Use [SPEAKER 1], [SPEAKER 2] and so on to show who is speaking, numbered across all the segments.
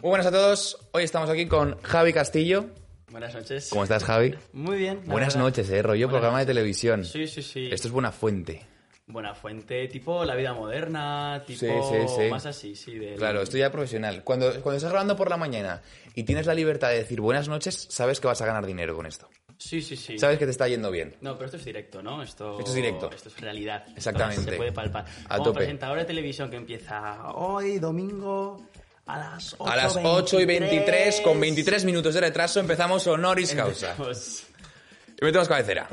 [SPEAKER 1] Muy buenas a todos. Hoy estamos aquí con Javi Castillo.
[SPEAKER 2] Buenas noches.
[SPEAKER 1] ¿Cómo estás, Javi?
[SPEAKER 2] Muy bien. la
[SPEAKER 1] Buenas
[SPEAKER 2] verdad.
[SPEAKER 1] noches, eh, rollo
[SPEAKER 2] Buenas
[SPEAKER 1] programa de
[SPEAKER 2] noches.
[SPEAKER 1] televisión.
[SPEAKER 2] Sí, sí, sí.
[SPEAKER 1] Esto es buena fuente.
[SPEAKER 2] Buena fuente, tipo la vida moderna, tipo
[SPEAKER 1] Sí, sí, sí.
[SPEAKER 2] más así, sí. del-
[SPEAKER 1] Claro, esto ya es profesional. Cuando, cuando estás grabando por la mañana y tienes la libertad de decir buenas noches, sabes que vas a ganar dinero con esto.
[SPEAKER 2] Sí, sí, sí.
[SPEAKER 1] Sabes que te está yendo bien.
[SPEAKER 2] No, pero esto es directo, ¿no? Esto,
[SPEAKER 1] Esto es directo.
[SPEAKER 2] Esto es realidad. Esto
[SPEAKER 1] Exactamente.
[SPEAKER 2] se puede palpar.
[SPEAKER 1] A
[SPEAKER 2] Como
[SPEAKER 1] tope.
[SPEAKER 2] presentadora de televisión que empieza hoy, domingo, a las 8.
[SPEAKER 1] A las 8 y 23, con 23 minutos de retraso, empezamos honoris causa.
[SPEAKER 2] Empezamos.
[SPEAKER 1] Y metemos cabecera.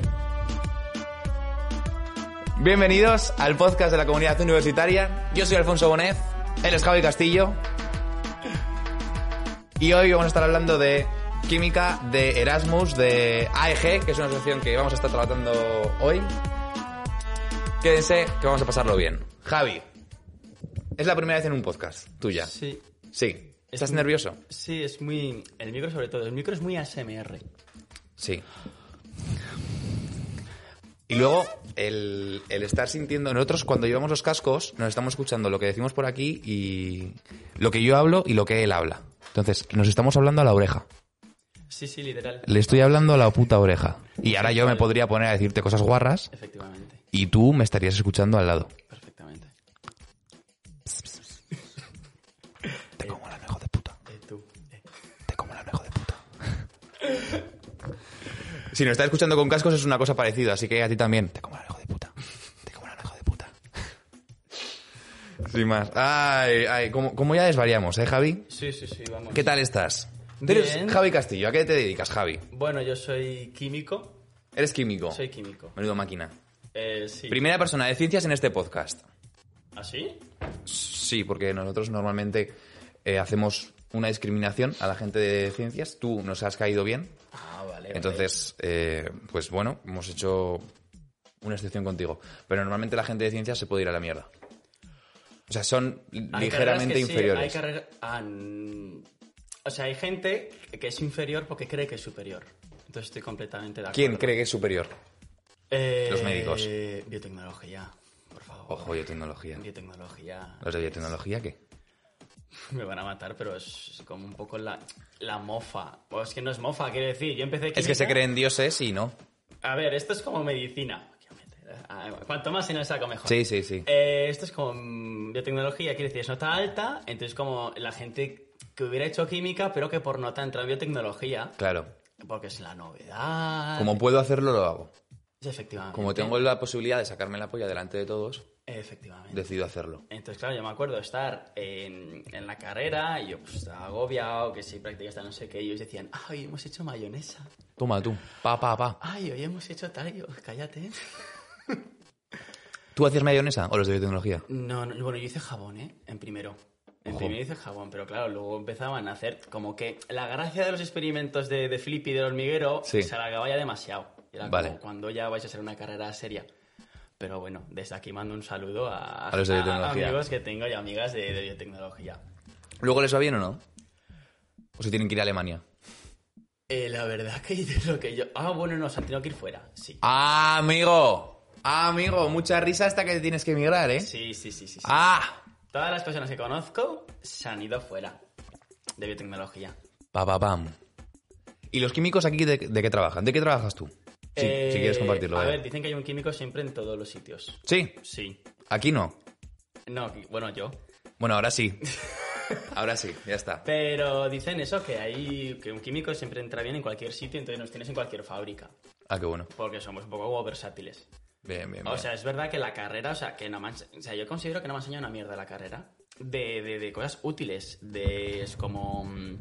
[SPEAKER 1] Bienvenidos al podcast de la comunidad universitaria. Yo soy Alfonso Bonet, él es Javi Castillo. Y hoy vamos a estar hablando de química, de Erasmus, de AEG, que es una asociación que vamos a estar tratando hoy. Quédense, que vamos a pasarlo bien. Javi, es la primera vez en un podcast tuya.
[SPEAKER 2] Sí.
[SPEAKER 1] Sí.
[SPEAKER 2] Es
[SPEAKER 1] ¿Estás
[SPEAKER 2] muy-
[SPEAKER 1] nervioso?
[SPEAKER 2] Sí, es muy... El micro sobre todo. El micro es muy ASMR.
[SPEAKER 1] Sí. Y luego, el, el estar sintiendo. Nosotros, cuando llevamos los cascos, nos estamos escuchando lo que decimos por aquí y lo que yo hablo y lo que él habla. Entonces, nos estamos hablando a la oreja.
[SPEAKER 2] Sí, sí, literal.
[SPEAKER 1] Le estoy hablando a la puta oreja. Y ahora yo me podría poner a decirte cosas guarras
[SPEAKER 2] Efectivamente.
[SPEAKER 1] y tú me estarías escuchando al lado.
[SPEAKER 2] Perfectamente.
[SPEAKER 1] Te como la oreja de puta.
[SPEAKER 2] Eh, tú. eh.
[SPEAKER 1] Te como la oreja de puta. Si nos estás escuchando con cascos es una cosa parecida, así que a ti también. Te como la oreja de puta. Te como la oreja de puta. Sin más. Ay, ay, como, como ya desvariamos, ¿eh, Javi?
[SPEAKER 2] Sí, sí, sí, vamos.
[SPEAKER 1] ¿Qué tal estás? Tú
[SPEAKER 2] Bien.
[SPEAKER 1] Eres Javi Castillo, ¿a qué te dedicas, Javi?
[SPEAKER 2] Bueno, yo soy químico.
[SPEAKER 1] Eres químico.
[SPEAKER 2] Soy químico.
[SPEAKER 1] Menudo máquina.
[SPEAKER 2] Eh, sí. ¿Ah,
[SPEAKER 1] Primera persona de ciencias en este podcast.
[SPEAKER 2] ¿Así?
[SPEAKER 1] Sí, porque nosotros normalmente eh, hacemos una discriminación a la gente de ciencias. Tú nos has caído bien,
[SPEAKER 2] Ah, vale.
[SPEAKER 1] Entonces, eh, pues bueno, hemos hecho una excepción contigo. Pero normalmente la gente de ciencias se puede ir a la mierda. O sea, son ligeramente inferiores.
[SPEAKER 2] ah, o sea, hay gente que es inferior porque cree que es superior. Entonces estoy completamente de acuerdo.
[SPEAKER 1] ¿Quién cree que es superior?
[SPEAKER 2] Eh,
[SPEAKER 1] Los médicos.
[SPEAKER 2] Biotecnología, por favor.
[SPEAKER 1] Ojo, biotecnología.
[SPEAKER 2] Biotecnología.
[SPEAKER 1] ¿Los de biotecnología qué?
[SPEAKER 2] Me van a matar, pero es como un poco la, la mofa. O es que no es mofa, quiero decir. Yo empecé
[SPEAKER 1] Es que se
[SPEAKER 2] química-
[SPEAKER 1] creen dioses y no.
[SPEAKER 2] A ver, esto es como medicina. Ah, Cuanto más en el saco, mejor.
[SPEAKER 1] Sí, sí, sí.
[SPEAKER 2] Eh, esto es como mm, biotecnología, quiere decir, es nota alta, entonces como la gente que hubiera hecho química, pero que por nota entra en biotecnología,
[SPEAKER 1] Claro.
[SPEAKER 2] porque es la novedad.
[SPEAKER 1] Como puedo hacerlo, lo hago.
[SPEAKER 2] Sí, Efectivamente.
[SPEAKER 1] Como tengo la posibilidad de sacarme la polla delante de todos,
[SPEAKER 2] Efectivamente.
[SPEAKER 1] decido hacerlo.
[SPEAKER 2] Entonces, claro, yo me acuerdo estar en, en la carrera y yo pues estaba agobiado, que si practicas tal no sé qué, y ellos decían, ay, hemos hecho mayonesa,
[SPEAKER 1] Toma tú. Pa, pa, pa.
[SPEAKER 2] ay, hoy hemos hecho tal, y yo, cállate.
[SPEAKER 1] ¿Tú hacías mayonesa o los de biotecnología?
[SPEAKER 2] No, no, bueno, yo hice jabón, ¿eh? En primero. En
[SPEAKER 1] Ojo.
[SPEAKER 2] primero hice jabón, pero claro, luego empezaban a hacer como que la gracia de los experimentos de, de Flippy y del hormiguero
[SPEAKER 1] Sí.
[SPEAKER 2] se alargaba ya demasiado. Era
[SPEAKER 1] Vale.
[SPEAKER 2] como cuando ya vais a hacer una carrera seria. Pero bueno, desde aquí mando un saludo a,
[SPEAKER 1] A los de biotecnología.
[SPEAKER 2] amigos que tengo y amigas de, de biotecnología.
[SPEAKER 1] ¿Luego les va bien o no? ¿O si tienen que ir a Alemania?
[SPEAKER 2] Eh, la verdad que hice lo que yo... Ah, bueno, no, se han tenido que ir fuera, sí.
[SPEAKER 1] Ah, amigo. Ah, amigo, mucha risa hasta que tienes que emigrar, ¿eh?
[SPEAKER 2] Sí, sí, sí, sí. sí.
[SPEAKER 1] Ah.
[SPEAKER 2] Todas las personas que conozco se han ido fuera de biotecnología.
[SPEAKER 1] Pa, pa, pam. ¿Y los químicos aquí de, de qué trabajan? ¿De qué trabajas tú? Sí,
[SPEAKER 2] Eh,
[SPEAKER 1] si quieres compartirlo.
[SPEAKER 2] A
[SPEAKER 1] eh.
[SPEAKER 2] ver, dicen que hay un químico siempre en todos los sitios.
[SPEAKER 1] Sí,
[SPEAKER 2] Sí.
[SPEAKER 1] aquí no.
[SPEAKER 2] No, qui- bueno, yo.
[SPEAKER 1] Bueno, ahora sí. ahora sí, ya está.
[SPEAKER 2] Pero dicen eso, que hay que un químico siempre entra bien en cualquier sitio, entonces nos tienes en cualquier fábrica,
[SPEAKER 1] Ah, qué bueno.
[SPEAKER 2] porque somos un poco como versátiles.
[SPEAKER 1] Bien, bien, bien.
[SPEAKER 2] O sea, es verdad que la carrera, o sea, que no me han- o sea, yo considero que no me ha enseñado una mierda la carrera. De, de- de cosas útiles, de es como... mm,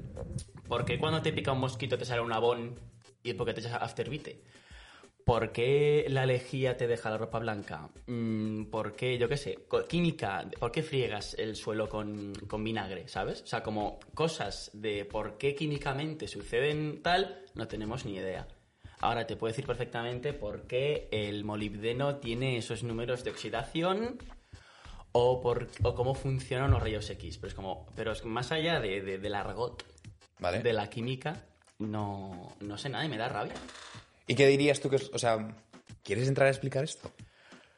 [SPEAKER 2] ¿Por qué cuando te pica un mosquito te sale un abón y por qué te echas afterbite? ¿Por qué la lejía te deja la ropa blanca? Mm, ¿Por qué, yo qué sé, co- química? ¿Por qué friegas el suelo con, con vinagre, sabes? O sea, como cosas de por qué químicamente suceden tal, no tenemos ni idea. Ahora te puedo decir perfectamente por qué el molibdeno tiene esos números de oxidación o, por, o cómo funcionan los rayos X. Pero es como, pero es más allá de, de- del argot,
[SPEAKER 1] vale.
[SPEAKER 2] de la química, no, no sé nada y me da rabia.
[SPEAKER 1] ¿Y qué dirías tú que es- O sea, ¿quieres entrar a explicar esto?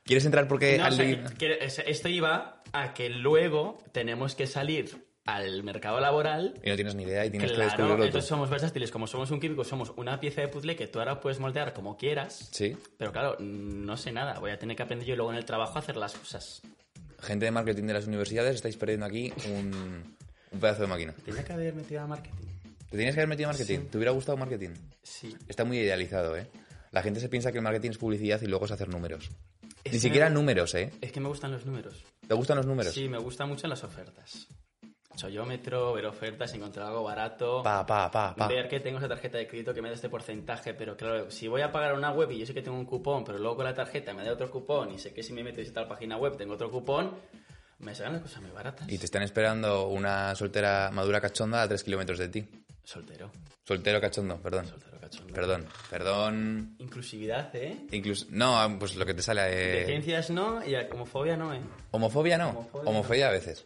[SPEAKER 1] ¿Quieres entrar porque
[SPEAKER 2] No, o
[SPEAKER 1] al-
[SPEAKER 2] sea, que- que es- esto iba a que luego tenemos que salir al mercado laboral.
[SPEAKER 1] Y no tienes ni idea y tienes que
[SPEAKER 2] Claro,
[SPEAKER 1] descubrirlo tú.
[SPEAKER 2] entonces somos versátiles, como somos un químico, somos una pieza de puzzle que tú ahora puedes moldear como quieras.
[SPEAKER 1] Sí.
[SPEAKER 2] Pero claro, no sé nada, voy a tener que aprender yo luego en el trabajo a hacer las cosas.
[SPEAKER 1] Gente de marketing de las universidades, estáis perdiendo aquí un, un pedazo de máquina.
[SPEAKER 2] Tenía que haber metido a marketing.
[SPEAKER 1] ¿Te tienes que haber metido marketing? ¿Te hubiera gustado marketing?
[SPEAKER 2] Sí.
[SPEAKER 1] Está muy idealizado, ¿eh? La gente se piensa que el marketing es publicidad y luego es hacer números. Ni
[SPEAKER 2] Es que
[SPEAKER 1] siquiera
[SPEAKER 2] me-
[SPEAKER 1] números, ¿eh?
[SPEAKER 2] Es que me gustan los números.
[SPEAKER 1] ¿Te gustan los números?
[SPEAKER 2] Sí, me gustan mucho las ofertas. Choyómetro, ver ofertas, encontrar algo barato.
[SPEAKER 1] Pa, pa, pa, pa.
[SPEAKER 2] Ver que tengo esa tarjeta de crédito que me da este porcentaje, pero claro, si voy a pagar una web y yo sé que tengo un cupón, pero luego con la tarjeta me da otro cupón y sé que si me meto en tal página web tengo otro cupón, me salen las cosas muy baratas.
[SPEAKER 1] Y te están esperando una soltera madura cachonda a tres kilómetros de ti.
[SPEAKER 2] Soltero,
[SPEAKER 1] Soltero cachondo, perdón.
[SPEAKER 2] soltero cachondo.
[SPEAKER 1] Perdón, perdón.
[SPEAKER 2] Inclusividad, ¿eh?
[SPEAKER 1] Incluso. No, ah, pues lo que te sale. eh,
[SPEAKER 2] Deficiencias no y la homofobia no, ¿eh?
[SPEAKER 1] Homofobia no.
[SPEAKER 2] Homofobia
[SPEAKER 1] Homofobia,
[SPEAKER 2] no.
[SPEAKER 1] a veces.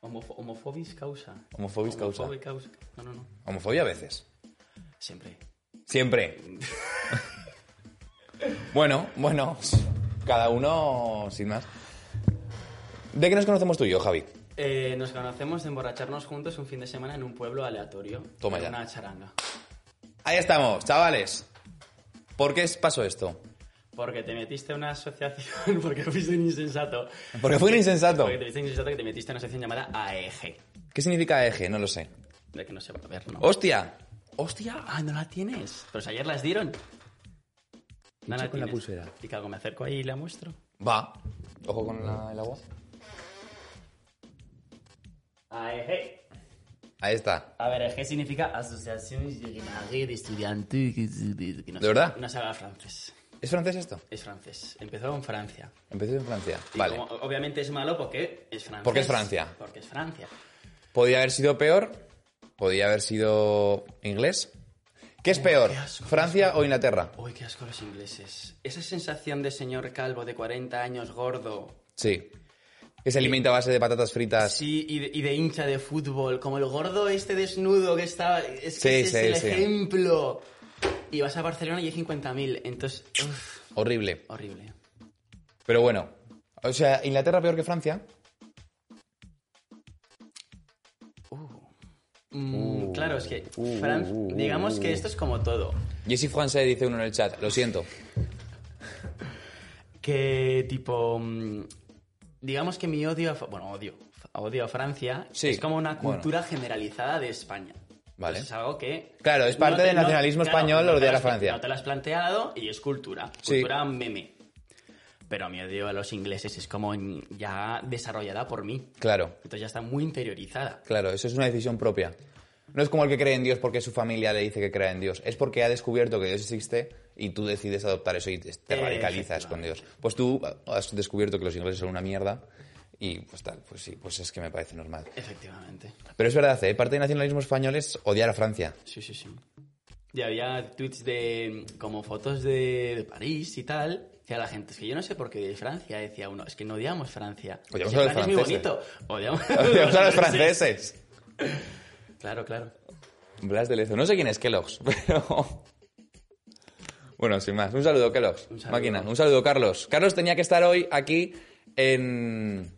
[SPEAKER 2] Homofo- homofobis causa.
[SPEAKER 1] Homofobis causa.
[SPEAKER 2] Homofobia causa. No, no, no.
[SPEAKER 1] Homofobia a veces.
[SPEAKER 2] Siempre.
[SPEAKER 1] Siempre. bueno, bueno. Cada uno sin más. ¿De qué nos conocemos tú y yo, Javi?
[SPEAKER 2] Eh, nos conocemos de emborracharnos juntos un fin de semana en un pueblo aleatorio.
[SPEAKER 1] Toma
[SPEAKER 2] en
[SPEAKER 1] ya.
[SPEAKER 2] Una charanga.
[SPEAKER 1] Ahí estamos, chavales. ¿Por qué es- pasó esto?
[SPEAKER 2] Porque te metiste a una asociación, porque fuiste un insensato.
[SPEAKER 1] Porque fue un insensato.
[SPEAKER 2] Porque te viste insensato que te metiste en una asociación llamada AEG.
[SPEAKER 1] ¿Qué significa eje? No lo sé.
[SPEAKER 2] De que no se va a ver, ¿no?
[SPEAKER 1] ¡Hostia!
[SPEAKER 2] ¡Hostia! ¡Ah, no la tienes! Pues ayer las dieron.
[SPEAKER 1] Pincha
[SPEAKER 2] No la
[SPEAKER 1] con la
[SPEAKER 2] tienes.
[SPEAKER 1] pulsera.
[SPEAKER 2] Y que algo me acerco ahí y la muestro.
[SPEAKER 1] Va. Ojo con la- el agua.
[SPEAKER 2] AEG.
[SPEAKER 1] Ahí está.
[SPEAKER 2] A ver, AEG significa Asociación Générale d'Estudiantes.
[SPEAKER 1] ¿De verdad?
[SPEAKER 2] No sabe hablar francés.
[SPEAKER 1] ¿Es francés esto?
[SPEAKER 2] Es francés. Empezó en Francia.
[SPEAKER 1] Empecé en Francia.
[SPEAKER 2] Y
[SPEAKER 1] Vale.
[SPEAKER 2] como, obviamente es malo porque es francés.
[SPEAKER 1] Porque es Francia.
[SPEAKER 2] Porque es Francia.
[SPEAKER 1] Podía haber sido peor. Podía haber sido inglés. ¿Qué es peor?
[SPEAKER 2] Oh, qué asco.
[SPEAKER 1] ¿Francia o Inglaterra?
[SPEAKER 2] Uy, qué asco los ingleses. Esa sensación de señor calvo de 40 años gordo.
[SPEAKER 1] Sí. Que se alimenta a base de patatas fritas.
[SPEAKER 2] Sí, y de, y de hincha de fútbol. Como el gordo este desnudo que está... Es
[SPEAKER 1] Sí,
[SPEAKER 2] que ese
[SPEAKER 1] sí,
[SPEAKER 2] es
[SPEAKER 1] sí.
[SPEAKER 2] el ejemplo. Y vas a Barcelona y hay 50.000. Entonces, uf,
[SPEAKER 1] Horrible.
[SPEAKER 2] horrible.
[SPEAKER 1] Pero bueno. O sea, Inglaterra peor que Francia.
[SPEAKER 2] Mm, claro, es que...
[SPEAKER 1] uh,
[SPEAKER 2] Fran-
[SPEAKER 1] uh, uh,
[SPEAKER 2] digamos que esto es como todo.
[SPEAKER 1] Jesse Francais dice uno en el chat. Lo siento.
[SPEAKER 2] que tipo mm, digamos que mi odio a, Fa- bueno odio fa- odio a Francia
[SPEAKER 1] Sí,
[SPEAKER 2] es como una
[SPEAKER 1] bueno.
[SPEAKER 2] cultura generalizada de España
[SPEAKER 1] Vale.
[SPEAKER 2] Entonces, es algo que
[SPEAKER 1] Claro, es parte del nacionalismo español
[SPEAKER 2] te
[SPEAKER 1] odiar a
[SPEAKER 2] lo has-
[SPEAKER 1] Francia.
[SPEAKER 2] no te lo has planteado y es cultura
[SPEAKER 1] Sí.
[SPEAKER 2] cultura meme pero mi odio a los ingleses es como mm, ya desarrollada por mí
[SPEAKER 1] Claro.
[SPEAKER 2] entonces ya está muy interiorizada
[SPEAKER 1] Claro, eso es una decisión propia. No es como el que cree en Dios porque su familia le dice que crea en Dios. Es porque ha descubierto que Dios existe y tú decides adoptar eso y te te
[SPEAKER 2] Eh,
[SPEAKER 1] radicalizas con Dios. Pues tú has descubierto que los ingleses son una mierda y pues tal, pues sí, pues es que me parece normal.
[SPEAKER 2] efectivamente
[SPEAKER 1] Pero es verdad, ¿eh? parte del nacionalismo español es odiar a Francia.
[SPEAKER 2] Sí, sí, sí. Y había tweets de. como fotos de, de París y tal. Que a la gente, es que yo no sé por qué de Francia decía uno, es que no odiamos Francia.
[SPEAKER 1] Odiamos
[SPEAKER 2] Si
[SPEAKER 1] a los
[SPEAKER 2] Francia es muy
[SPEAKER 1] franceses.
[SPEAKER 2] bonito. Odiamos,
[SPEAKER 1] Odiamos a los franceses.
[SPEAKER 2] Claro, claro.
[SPEAKER 1] Blas de Lezo. No sé quién es Kellogg's, pero... Bueno, sin más. Un saludo, Kellogg's.
[SPEAKER 2] Un saludo.
[SPEAKER 1] Máquina. Un saludo, Carlos. Carlos tenía que estar hoy aquí en,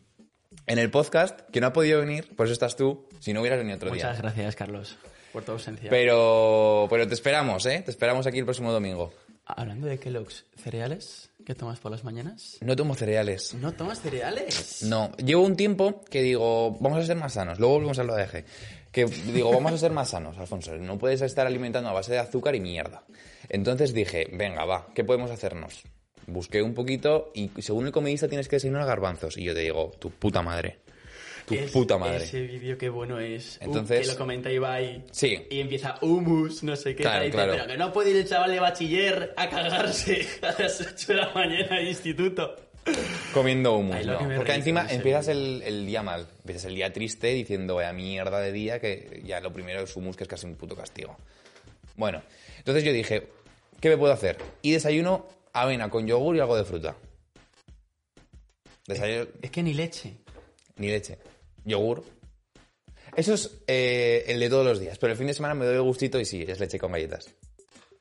[SPEAKER 1] en el podcast, que no ha podido venir, por eso estás tú, si no hubieras venido otro
[SPEAKER 2] Muchas
[SPEAKER 1] día.
[SPEAKER 2] gracias, Carlos, por tu ausencia.
[SPEAKER 1] Pero, pero te esperamos, ¿eh? Te esperamos aquí el próximo domingo.
[SPEAKER 2] Hablando de Kellogg's, ¿cereales? ¿Qué tomas por las mañanas?
[SPEAKER 1] No tomo cereales.
[SPEAKER 2] ¿No tomas cereales?
[SPEAKER 1] No, llevo un tiempo que digo, vamos a ser más sanos. Luego volvemos a lo de eje. Que digo, vamos a ser más sanos, Alfonso. No puedes estar alimentando a base de azúcar y mierda. Entonces dije, venga, va, ¿qué podemos hacernos? Busqué un poquito y según el comedista tienes que desayunar garbanzos. Y yo te digo, tu puta madre. Tu
[SPEAKER 2] Es-
[SPEAKER 1] puta madre.
[SPEAKER 2] Ese vídeo qué bueno es. Uh,
[SPEAKER 1] Entonces-
[SPEAKER 2] que lo comenta Ibai.
[SPEAKER 1] Sí.
[SPEAKER 2] Y empieza humus, no sé qué.
[SPEAKER 1] Claro,
[SPEAKER 2] tal, y tal,
[SPEAKER 1] claro.
[SPEAKER 2] Pero que no puede ir el chaval de bachiller a cagarse a las 8 de la mañana al instituto.
[SPEAKER 1] Comiendo humo.
[SPEAKER 2] Ay, lo que me
[SPEAKER 1] Porque
[SPEAKER 2] reí
[SPEAKER 1] encima
[SPEAKER 2] con ese
[SPEAKER 1] empiezas el, el día mal. Empiezas el día triste diciendo, vaya mierda de día, que ya lo primero es humus, que es casi un puto castigo. Bueno, entonces yo dije, ¿qué me puedo hacer? Y desayuno avena con yogur y algo de fruta. Desayuno
[SPEAKER 2] Es que ni leche.
[SPEAKER 1] ni leche. Yogur. Eso es eh, el de todos los días, pero el fin de semana me doy el gustito y sí, es leche con galletas.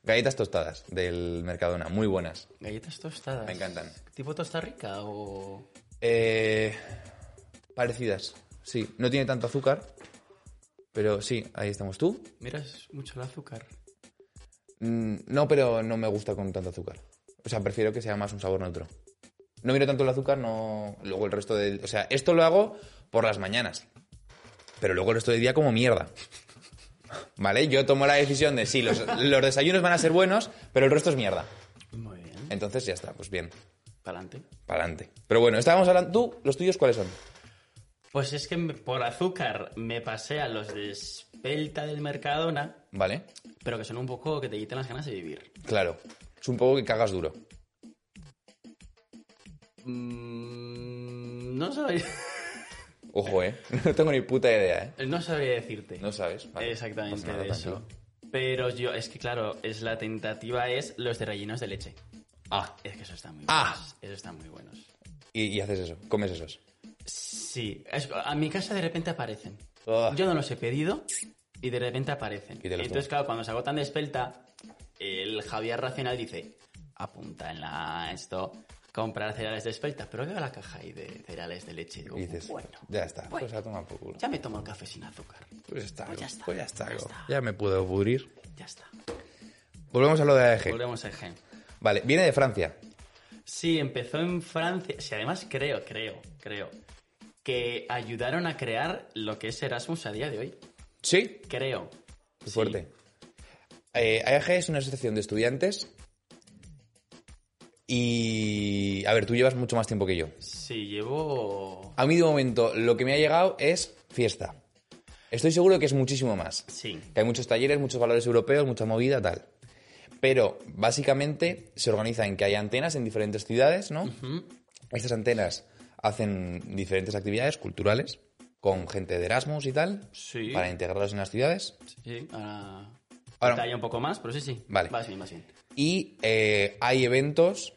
[SPEAKER 1] Galletas tostadas del Mercadona, muy buenas.
[SPEAKER 2] Galletas tostadas.
[SPEAKER 1] Me encantan.
[SPEAKER 2] ¿Tipo tosta rica o...?
[SPEAKER 1] Eh, parecidas, sí. No tiene tanto azúcar, Pero sí, ahí estamos. ¿Tú?
[SPEAKER 2] Miras mucho el azúcar.
[SPEAKER 1] Mm, no, pero no me gusta con tanto azúcar. O sea, prefiero que sea más un sabor neutro. No miro tanto el azúcar, no. Luego el resto del. O sea, esto lo hago por las mañanas. Pero luego el resto del día como mierda. ¿Vale? Yo tomo la decisión de sí, los, los desayunos van a ser buenos, pero el resto es mierda.
[SPEAKER 2] Muy bien.
[SPEAKER 1] Entonces ya está, pues bien,
[SPEAKER 2] Para adelante.
[SPEAKER 1] para adelante. Pero bueno, estábamos hablando. ¿Tú, los tuyos cuáles son?
[SPEAKER 2] Pues es que me- por azúcar me pasé a los de espelta del Mercadona,
[SPEAKER 1] ¿Vale?
[SPEAKER 2] pero que son un poco que te quitan las ganas de vivir.
[SPEAKER 1] Claro. Es un poco que cagas duro.
[SPEAKER 2] Mm, no, sabría,
[SPEAKER 1] Ojo, ¿eh? No tengo ni puta idea, ¿eh?
[SPEAKER 2] no sabría decirte.
[SPEAKER 1] No sabes. Vale.
[SPEAKER 2] Exactamente
[SPEAKER 1] Pues nada,
[SPEAKER 2] de eso.
[SPEAKER 1] tranquilo.
[SPEAKER 2] Pero yo, es que claro, es la tentativa es los de rellenos de leche.
[SPEAKER 1] Ah,
[SPEAKER 2] Es que eso está muy
[SPEAKER 1] Ah.
[SPEAKER 2] buenos. Eso está muy buenos.
[SPEAKER 1] y, y haces eso, comes esos.
[SPEAKER 2] Sí, es- a mi casa de repente aparecen.
[SPEAKER 1] Ah.
[SPEAKER 2] Yo no los he pedido y de repente aparecen.
[SPEAKER 1] Y te los
[SPEAKER 2] Entonces, claro, cuando se agotan de espelta, el Javier Racional dice, apunta en la esto, comprar cereales de espelta, pero veo la caja ahí de cereales de leche. Digo,
[SPEAKER 1] Y dices,
[SPEAKER 2] bueno,
[SPEAKER 1] ya está,
[SPEAKER 2] bueno,
[SPEAKER 1] pues a tomar por culo.
[SPEAKER 2] ya me tomo el café sin azúcar.
[SPEAKER 1] Pues está,
[SPEAKER 2] Pues ya está,
[SPEAKER 1] pues ya está,
[SPEAKER 2] ya
[SPEAKER 1] go.
[SPEAKER 2] está.
[SPEAKER 1] Ya me puedo pudrir.
[SPEAKER 2] Ya está.
[SPEAKER 1] Volvemos a lo de AEG.
[SPEAKER 2] Volvemos a ejemplo.
[SPEAKER 1] Vale, viene de Francia.
[SPEAKER 2] Sí, empezó en Francia. Sí, además creo, creo, creo que ayudaron a crear lo que es Erasmus a día de hoy.
[SPEAKER 1] Sí,
[SPEAKER 2] Creo.
[SPEAKER 1] Qué fuerte. Eh, AEG es una asociación de estudiantes. Y. A ver, tú llevas mucho más tiempo que yo.
[SPEAKER 2] Sí, llevo.
[SPEAKER 1] A mí, de momento, lo que me ha llegado es fiesta. Estoy seguro que es muchísimo más.
[SPEAKER 2] Sí.
[SPEAKER 1] que hay muchos talleres, muchos valores europeos, mucha movida, tal. Pero básicamente se organiza en que hay antenas en diferentes ciudades, ¿no?
[SPEAKER 2] Mm,
[SPEAKER 1] Estas antenas hacen diferentes actividades culturales con gente de Erasmus y tal,
[SPEAKER 2] Sí.
[SPEAKER 1] para integrarlos en las ciudades.
[SPEAKER 2] Sí, ahora.
[SPEAKER 1] Ahora-
[SPEAKER 2] Detalla un poco más, pero sí, sí.
[SPEAKER 1] Vale.
[SPEAKER 2] Vas bien, vas bien.
[SPEAKER 1] Y eh, hay eventos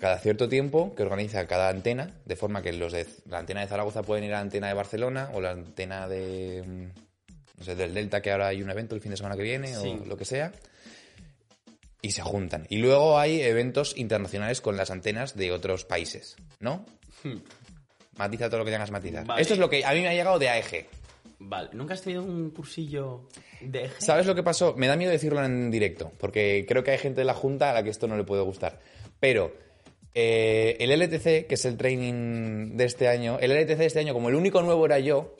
[SPEAKER 1] cada cierto tiempo que organiza cada antena, de forma que los de la antena de Zaragoza pueden ir a la antena de Barcelona o la antena de mm, no sé, del Delta, que ahora hay un evento el fin de semana que viene
[SPEAKER 2] Sí.
[SPEAKER 1] o lo que sea. Y se juntan. Y luego hay eventos internacionales con las antenas de otros países, ¿no? Matiza todo lo que tengas que matizar.
[SPEAKER 2] Hmm. Vale.
[SPEAKER 1] Esto es lo que a E mí me ha llegado de AEG.
[SPEAKER 2] Vale. ¿Nunca has tenido un cursillo de eje?
[SPEAKER 1] ¿Sabes lo que pasó? Me da miedo decirlo en directo, porque creo que hay gente de la Junta a la que esto no le puede gustar. Pero eh, el LTC, que es el training de este año, el LTC de este año, como el único nuevo era yo,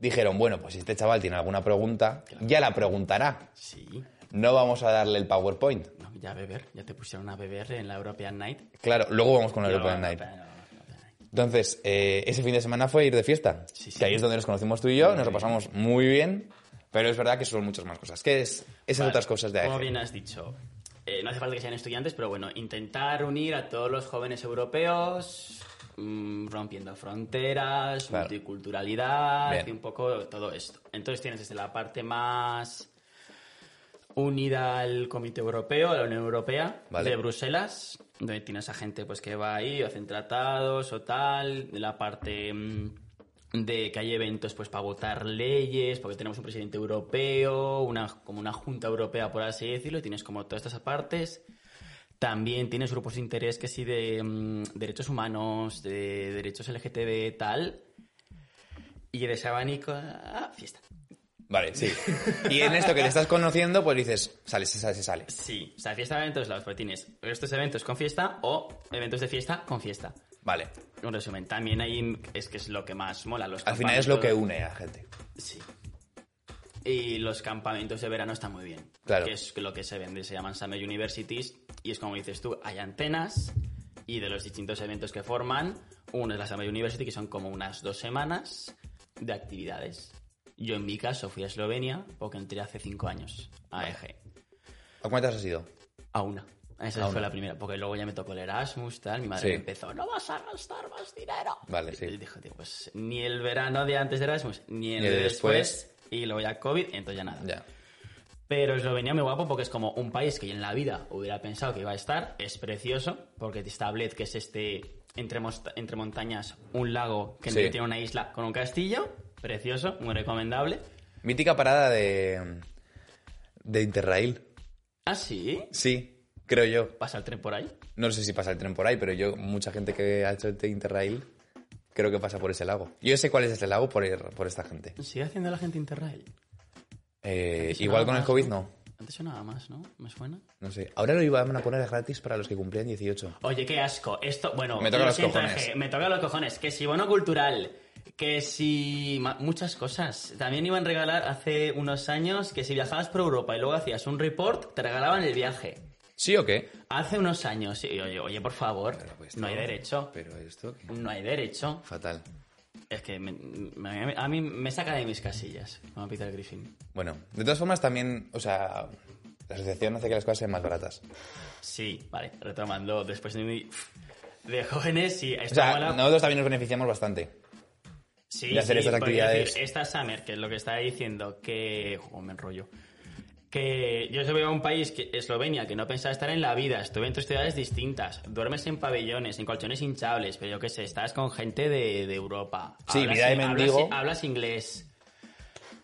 [SPEAKER 1] dijeron, bueno, pues si este chaval tiene alguna pregunta, ya la preguntará.
[SPEAKER 2] Sí.
[SPEAKER 1] No vamos a darle el PowerPoint.
[SPEAKER 2] No, ya beber. Ya te pusieron a beber en la European Night.
[SPEAKER 1] Claro, luego vamos con el
[SPEAKER 2] Pero
[SPEAKER 1] Open
[SPEAKER 2] bueno,
[SPEAKER 1] Night.
[SPEAKER 2] pero no, no, pero no.
[SPEAKER 1] Entonces, eh, ese fin de semana fue ir de fiesta.
[SPEAKER 2] Sí, sí.
[SPEAKER 1] Que ahí es donde nos conocimos tú y yo, nos lo pasamos muy bien, pero es verdad que son muchas más cosas. Que es esas
[SPEAKER 2] Vale,
[SPEAKER 1] otras cosas de E.
[SPEAKER 2] Como
[SPEAKER 1] AEG.
[SPEAKER 2] bien has dicho, eh, no hace falta que sean estudiantes, pero bueno, intentar unir a todos los jóvenes europeos, mm, rompiendo fronteras,
[SPEAKER 1] Claro.
[SPEAKER 2] multiculturalidad
[SPEAKER 1] Bien.
[SPEAKER 2] y un poco todo esto. Entonces tienes desde la parte más unida al Comité Europeo, a la Unión Europea,
[SPEAKER 1] Vale.
[SPEAKER 2] de Bruselas, donde tienes a gente pues que va ahí, o hacen tratados o tal, de la parte mm, de que hay eventos pues para votar leyes, porque tenemos un presidente europeo, una, como una junta europea, por así decirlo, y tienes como todas estas partes. También tienes grupos de interés que sí de mm, derechos humanos, de derechos LGTB, tal. Y de ese abanico, ah, fiesta.
[SPEAKER 1] Vale, sí. Y en esto que te estás conociendo, pues dices, sale, se sale, se sale.
[SPEAKER 2] Sí, o sea, fiesta en todos lados, pero tienes estos eventos con fiesta o eventos de fiesta con fiesta.
[SPEAKER 1] Vale.
[SPEAKER 2] Un resumen, también ahí es que es lo que más mola. Los
[SPEAKER 1] Al final es lo que
[SPEAKER 2] campamentos-
[SPEAKER 1] une a la gente.
[SPEAKER 2] Sí. Y los campamentos de verano están muy bien.
[SPEAKER 1] Claro.
[SPEAKER 2] Que es lo que se vende, se llaman Summer Universities. Y es como dices tú, hay antenas y de los distintos eventos que forman, uno es la Summer University, que son como unas dos semanas de actividades. Yo en mi caso fui a Eslovenia porque entré hace cinco años a E EG.
[SPEAKER 1] ¿A cuántas has ido?
[SPEAKER 2] A una. Esa
[SPEAKER 1] A
[SPEAKER 2] fue
[SPEAKER 1] una.
[SPEAKER 2] la primera, porque luego ya me tocó el Erasmus, tal. Mi madre
[SPEAKER 1] Sí.
[SPEAKER 2] me empezó, no vas a gastar más dinero.
[SPEAKER 1] Vale,
[SPEAKER 2] Y
[SPEAKER 1] sí.
[SPEAKER 2] dije, tío, pues ni el verano de antes de Erasmus, ni el
[SPEAKER 1] Ni el
[SPEAKER 2] de
[SPEAKER 1] de
[SPEAKER 2] después. Y luego ya COVID, entonces ya nada.
[SPEAKER 1] Ya.
[SPEAKER 2] Pero Eslovenia muy guapo porque es como un país que yo en la vida hubiera pensado que iba a estar. Es precioso, porque está Bled, que es este, entre, mosta- entre montañas, un lago que
[SPEAKER 1] Sí.
[SPEAKER 2] medio tiene una isla con un castillo. Precioso, muy recomendable.
[SPEAKER 1] Mítica parada de. de Interrail.
[SPEAKER 2] Ah, sí.
[SPEAKER 1] Sí, creo yo.
[SPEAKER 2] Pasa el tren por ahí.
[SPEAKER 1] No sé si pasa el tren por ahí, pero yo, mucha gente que ha hecho este Interrail, creo que pasa por ese lago. Yo sé cuál es ese lago por, por esta gente.
[SPEAKER 2] Sigue haciendo la gente Interrail.
[SPEAKER 1] Eh,
[SPEAKER 2] Antes
[SPEAKER 1] igual
[SPEAKER 2] sonaba
[SPEAKER 1] con el
[SPEAKER 2] más,
[SPEAKER 1] COVID
[SPEAKER 2] ¿no?
[SPEAKER 1] no.
[SPEAKER 2] Antes sonaba más, ¿no? ¿Me suena?
[SPEAKER 1] No sé. Ahora lo iban a poner gratis para los que cumplían 18.
[SPEAKER 2] Oye, qué asco. Esto, bueno,
[SPEAKER 1] Me toca
[SPEAKER 2] lo
[SPEAKER 1] los
[SPEAKER 2] siento,
[SPEAKER 1] cojones.
[SPEAKER 2] Eje, me toca los cojones. Que si bono cultural, que si ma- muchas cosas. También iban a regalar hace unos años que si viajabas por Europa y luego hacías un report, te regalaban el viaje.
[SPEAKER 1] ¿Sí o qué?
[SPEAKER 2] Hace unos años. sí, oye, oye, por favor,
[SPEAKER 1] Pero pues
[SPEAKER 2] no hay
[SPEAKER 1] todo.
[SPEAKER 2] derecho.
[SPEAKER 1] Pero esto, ¿qué?
[SPEAKER 2] No hay derecho.
[SPEAKER 1] fatal.
[SPEAKER 2] Es que me- me- a mí me saca de mis casillas, como Peter Griffin.
[SPEAKER 1] Bueno, de todas formas también, o sea, la asociación hace que las cosas sean más baratas.
[SPEAKER 2] Sí, vale, retomando después de mi... De jóvenes y
[SPEAKER 1] O
[SPEAKER 2] esta
[SPEAKER 1] sea,
[SPEAKER 2] mala-
[SPEAKER 1] nosotros también nos beneficiamos bastante.
[SPEAKER 2] Sí,
[SPEAKER 1] de hacer
[SPEAKER 2] sí,
[SPEAKER 1] estas
[SPEAKER 2] porque,
[SPEAKER 1] actividades.
[SPEAKER 2] es decir, esta Summer, que es lo que estaba diciendo, que. jo, me enrollo. Que yo soy a un país, que Eslovenia, que no pensaba estar en la vida. Estuve en tres ciudades distintas. Duermes en pabellones, en colchones hinchables, pero yo qué sé, estás con gente de, de Europa.
[SPEAKER 1] Sí, vida de
[SPEAKER 2] hablas-
[SPEAKER 1] mendigo.
[SPEAKER 2] Hablas, inglés.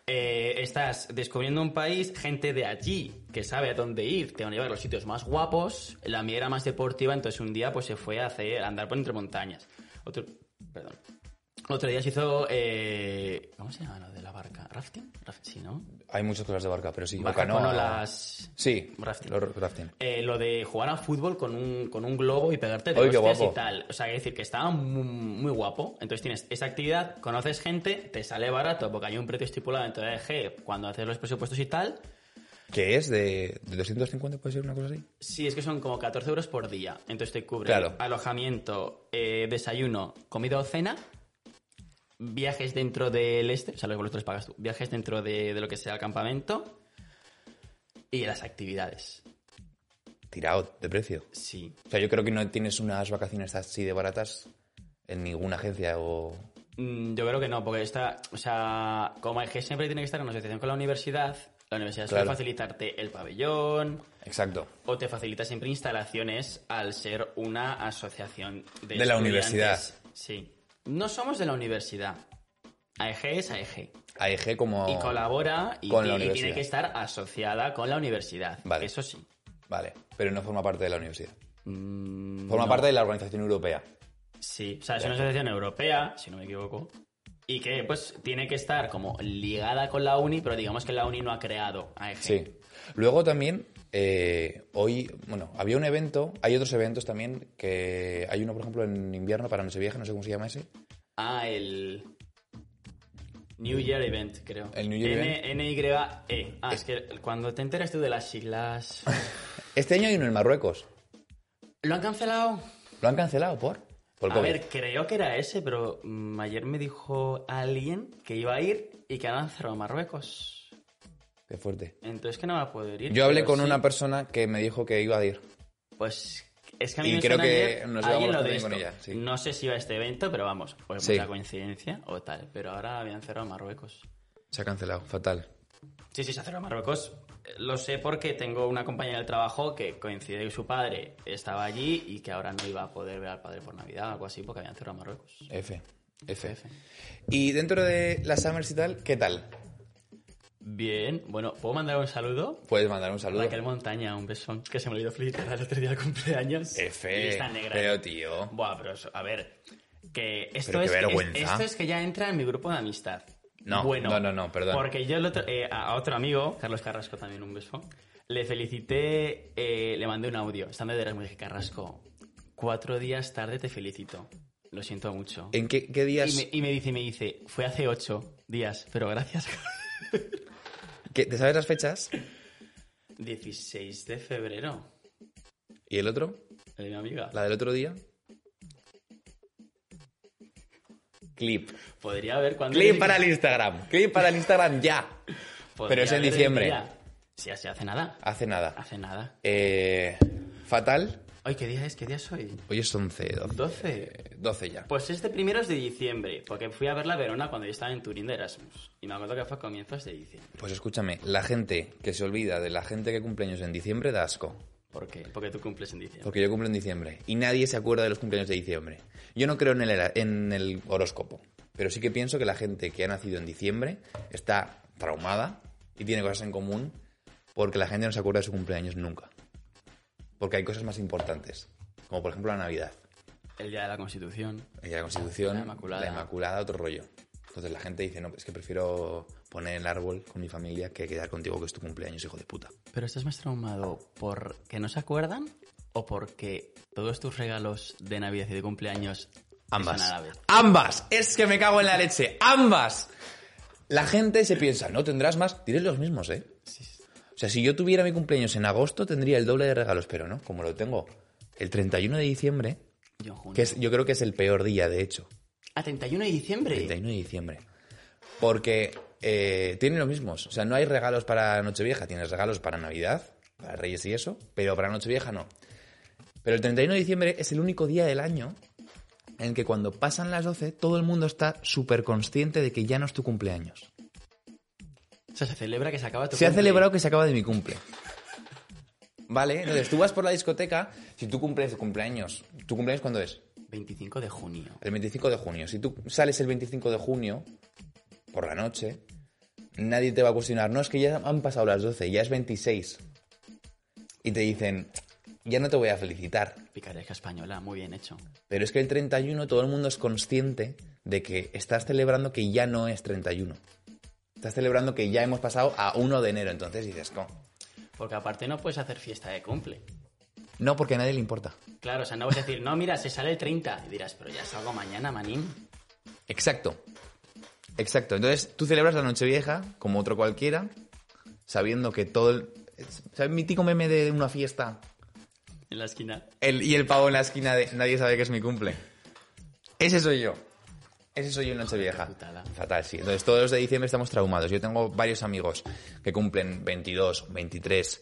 [SPEAKER 2] Eh, estás descubriendo un país, gente de allí que sabe a dónde ir, te van a llevar a los sitios más guapos, la mía era más deportiva, entonces un día pues se fue a hacer a andar por entre montañas. Otro, perdón, otro día se hizo. eh, ¿Cómo se llama lo de la barca? ¿Rafting? Raf- sí, ¿no?
[SPEAKER 1] Hay muchas cosas de barca, pero sí. o
[SPEAKER 2] Barca con
[SPEAKER 1] canoa.
[SPEAKER 2] olas.
[SPEAKER 1] Sí,
[SPEAKER 2] Rafting.
[SPEAKER 1] los rafting.
[SPEAKER 2] Eh, lo de jugar a fútbol con un, con un globo y pegarte de
[SPEAKER 1] Oy, qué
[SPEAKER 2] hostias
[SPEAKER 1] guapo.
[SPEAKER 2] y tal. O sea, es decir, que estaba muy, muy guapo. Entonces tienes esa actividad, conoces gente, te sale barato porque hay un precio estipulado en tu AEG cuando haces los presupuestos y tal.
[SPEAKER 1] ¿Qué es? ¿De, de 250 puede ser una cosa así?
[SPEAKER 2] Sí, es que son como 14 euros por día. Entonces te cubre
[SPEAKER 1] Claro.
[SPEAKER 2] alojamiento, eh, desayuno, comida o cena, viajes dentro del este, o sea, los boletos los pagas tú, viajes dentro de, de lo que sea el campamento y las actividades.
[SPEAKER 1] Tirado de precio.
[SPEAKER 2] Sí.
[SPEAKER 1] O sea, yo creo que no tienes unas vacaciones así de baratas en ninguna agencia o...
[SPEAKER 2] Mm, Yo creo que no, porque está, o sea, como es que siempre tiene que estar en asociación con la universidad, la universidad
[SPEAKER 1] Claro.
[SPEAKER 2] suele facilitarte el pabellón
[SPEAKER 1] Exacto.
[SPEAKER 2] o te facilita siempre instalaciones al ser una asociación
[SPEAKER 1] De
[SPEAKER 2] de,
[SPEAKER 1] la
[SPEAKER 2] estudiantes.
[SPEAKER 1] universidad.
[SPEAKER 2] Sí. No somos de la universidad. AEG es AEG.
[SPEAKER 1] AEG E como...
[SPEAKER 2] Y colabora y,
[SPEAKER 1] Oh. Con la
[SPEAKER 2] ti- y
[SPEAKER 1] universidad.
[SPEAKER 2] tiene que estar asociada con la universidad.
[SPEAKER 1] Vale.
[SPEAKER 2] Eso sí.
[SPEAKER 1] Vale, pero no forma parte de la universidad.
[SPEAKER 2] Mm,
[SPEAKER 1] Forma
[SPEAKER 2] no.
[SPEAKER 1] parte de la organización europea.
[SPEAKER 2] Sí, o sea, es una asociación europea, si no me equivoco, y que pues tiene que estar como ligada con la Uni, pero digamos que la Uni no ha creado AEG.
[SPEAKER 1] Sí. Luego también, eh, hoy, bueno, había un evento, hay otros eventos también, que hay uno, por ejemplo, en invierno para no se viaje, no sé cómo se llama ese.
[SPEAKER 2] Ah, el New Year Event, creo.
[SPEAKER 1] El New Year
[SPEAKER 2] N NYE. Ah, es que cuando te enteras tú de las siglas...
[SPEAKER 1] Este año hay uno en Marruecos.
[SPEAKER 2] ¿Lo han cancelado?
[SPEAKER 1] ¿Lo han cancelado por? Por
[SPEAKER 2] A
[SPEAKER 1] COVID.
[SPEAKER 2] ver, creo que era ese, pero mm, ayer me dijo alguien que iba a ir y que han cerrado Marruecos.
[SPEAKER 1] Qué fuerte.
[SPEAKER 2] Entonces que no va a poder ir.
[SPEAKER 1] Yo hablé
[SPEAKER 2] pero
[SPEAKER 1] con
[SPEAKER 2] sí.
[SPEAKER 1] una persona que me dijo que iba a ir.
[SPEAKER 2] Pues es que a mí
[SPEAKER 1] Y
[SPEAKER 2] me
[SPEAKER 1] creo
[SPEAKER 2] suena
[SPEAKER 1] que
[SPEAKER 2] ayer
[SPEAKER 1] nos
[SPEAKER 2] alguien
[SPEAKER 1] llevamos
[SPEAKER 2] lo
[SPEAKER 1] bastante
[SPEAKER 2] de
[SPEAKER 1] bien con
[SPEAKER 2] esto.
[SPEAKER 1] ella, sí.
[SPEAKER 2] No sé si va a este evento, pero vamos, fue
[SPEAKER 1] Sí.
[SPEAKER 2] mucha coincidencia o tal. Pero ahora habían cerrado Marruecos.
[SPEAKER 1] Se ha cancelado, fatal.
[SPEAKER 2] Sí, sí, se ha cerrado Marruecos. Eh, Lo sé porque tengo una compañera del trabajo que coincide que su padre estaba allí y que ahora no iba a poder ver al padre por Navidad o algo así porque habían cerrado Marruecos.
[SPEAKER 1] F. F. Y dentro de las Summers y tal, ¿qué tal?
[SPEAKER 2] Bien, bueno, ¿puedo mandar un saludo?
[SPEAKER 1] Puedes mandar un saludo.
[SPEAKER 2] Raquel Montaña, un besón, que se me olvidó felicitar el otro día de cumpleaños. Y
[SPEAKER 1] F.
[SPEAKER 2] está negra.
[SPEAKER 1] Pero tío.
[SPEAKER 2] Buah, pero eso- a ver, que esto
[SPEAKER 1] Pero qué
[SPEAKER 2] es que-
[SPEAKER 1] vergüenza.
[SPEAKER 2] esto es que ya entra en mi grupo de amistad.
[SPEAKER 1] No,
[SPEAKER 2] bueno,
[SPEAKER 1] no, no, no, perdón.
[SPEAKER 2] Porque yo el otro- eh, a a otro amigo, Carlos Carrasco también un beso, le felicité, eh, le mandé un audio, estando de Erasmus, le dije, Carrasco, cuatro días tarde te felicito, lo siento mucho.
[SPEAKER 1] ¿En qué, qué Eh, días?
[SPEAKER 2] Y me, y me dice, me dice, fue hace ocho días, pero gracias.
[SPEAKER 1] qué- ¿Te sabes las fechas?
[SPEAKER 2] 16 de febrero,
[SPEAKER 1] ¿Y el otro?
[SPEAKER 2] de mi amiga.
[SPEAKER 1] ¿La del otro día? Clip.
[SPEAKER 2] Podría ver cuándo...
[SPEAKER 1] Clip para el Instagram. Clip para el Instagram ya.
[SPEAKER 2] Podría
[SPEAKER 1] pero es en
[SPEAKER 2] haber el
[SPEAKER 1] diciembre.
[SPEAKER 2] día. Sí, así hace nada.
[SPEAKER 1] Hace nada.
[SPEAKER 2] Hace nada.
[SPEAKER 1] Eh, fatal.
[SPEAKER 2] Hoy, ¿qué día es? ¿Qué día soy?
[SPEAKER 1] Hoy es 11, 12.
[SPEAKER 2] 12.
[SPEAKER 1] 12 ya.
[SPEAKER 2] Pues este primero es de diciembre, porque fui a ver la Verona cuando yo estaba en Turín de Erasmus. Y me acuerdo que fue a comienzos de diciembre.
[SPEAKER 1] Pues escúchame, la gente que se olvida de la gente que cumple años en diciembre da asco.
[SPEAKER 2] ¿Por qué? Porque tú cumples en diciembre.
[SPEAKER 1] Porque yo cumplo en diciembre. Y nadie se acuerda de los cumpleaños de diciembre. Yo no creo en el, era- en el horóscopo. Pero sí que pienso que la gente que ha nacido en diciembre está traumada y tiene cosas en común porque la gente no se acuerda de su cumpleaños nunca. Porque hay cosas más importantes. Como por ejemplo la Navidad.
[SPEAKER 2] El día de la Constitución.
[SPEAKER 1] Y la Constitución,
[SPEAKER 2] La Inmaculada.
[SPEAKER 1] la Inmaculada, otro rollo. Entonces la gente dice, no, es que prefiero poner el árbol con mi familia que quedar contigo que es tu cumpleaños, hijo de puta.
[SPEAKER 2] Pero estás más traumado porque no se acuerdan o porque todos tus regalos de Navidad y de cumpleaños
[SPEAKER 1] Ambas.
[SPEAKER 2] son a la vez.
[SPEAKER 1] Ambas. Es que me cago en la leche. Ambas. La gente se piensa, no tendrás más. Tienes los mismos, ¿eh? O sea, si yo tuviera mi cumpleaños en agosto, tendría el doble de regalos, pero no, como lo tengo el 31 de diciembre,
[SPEAKER 2] Yo en junio.
[SPEAKER 1] que es- yo creo que es el peor día, de hecho.
[SPEAKER 2] A 31 de diciembre.
[SPEAKER 1] 31 de diciembre. Porque eh, tienen los mismos. O sea, no hay regalos para Nochevieja. Tienes regalos para Navidad, para Reyes y eso, pero para Nochevieja no. Pero el 31 de diciembre es el único día del año en que cuando pasan las 12 todo el mundo está súper consciente de que ya no es tu cumpleaños.
[SPEAKER 2] O sea, se celebra que se acaba tu
[SPEAKER 1] Se ha
[SPEAKER 2] cumple.
[SPEAKER 1] celebrado que se acaba de mi cumple. Vale, entonces tú vas por la discoteca, si tú cumples cumpleaños, ¿tu cumpleaños cuándo es?
[SPEAKER 2] 25 de junio.
[SPEAKER 1] El 25 de junio. Si tú sales el 25 de junio, por la noche, nadie te va a cuestionar. No, es que ya han pasado las 12, ya es 26. Y te dicen, ya no te voy a felicitar.
[SPEAKER 2] Picaresca española, muy bien hecho.
[SPEAKER 1] Pero es que el 31 todo el mundo es consciente de que estás celebrando que ya no es 31. Estás celebrando que ya hemos pasado a 1 de enero. Entonces dices, no,
[SPEAKER 2] Porque aparte no puedes hacer fiesta de cumple.
[SPEAKER 1] no porque a nadie le importa.
[SPEAKER 2] Claro, o sea, no vas a decir, no, mira, se sale el 30. Y dirás, pero ya salgo mañana, manín.
[SPEAKER 1] Exacto. Exacto. Entonces, tú celebras la Nochevieja como otro cualquiera, sabiendo que todo el... ¿Sabes? Mítico meme de una fiesta
[SPEAKER 2] En la esquina.
[SPEAKER 1] el, y el pavo en la esquina de nadie sabe que es mi cumple. Ese soy yo. Ese soy yo en Nochevieja.
[SPEAKER 2] Qué putada.
[SPEAKER 1] Fatal, sí. Entonces, todos los de diciembre estamos traumados. Yo tengo varios amigos que cumplen 22, 23.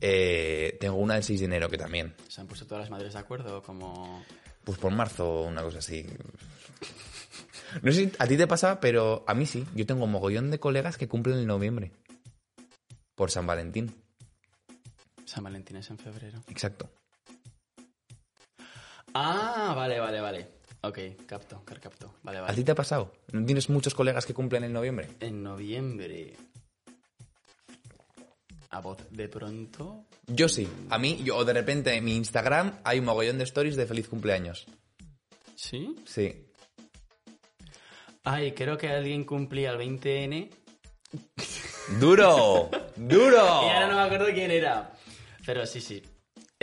[SPEAKER 1] eh, tengo una del 6 de enero que también.
[SPEAKER 2] Se han puesto todas las madres de acuerdo, como...
[SPEAKER 1] Pues por marzo o una cosa así. No sé si a ti te pasa, pero a mí sí. Yo tengo mogollón de colegas que cumplen en noviembre. Por San Valentín.
[SPEAKER 2] San Valentín es en febrero.
[SPEAKER 1] Exacto.
[SPEAKER 2] Ah, vale, vale, vale. Ok, capto, car- capto. Vale,
[SPEAKER 1] ¿A
[SPEAKER 2] vale.
[SPEAKER 1] ti te ha pasado? ¿No tienes muchos colegas que cumplen en noviembre?
[SPEAKER 2] En noviembre. A voz de pronto.
[SPEAKER 1] Yo sí. A mí, yo, o de repente en mi Instagram hay un mogollón de stories de feliz cumpleaños.
[SPEAKER 2] ¿Sí?
[SPEAKER 1] Sí.
[SPEAKER 2] Ay, creo que alguien cumplía el 20N.
[SPEAKER 1] ¡Duro! ¡Duro!
[SPEAKER 2] Y ahora no me acuerdo quién era. Pero sí, sí.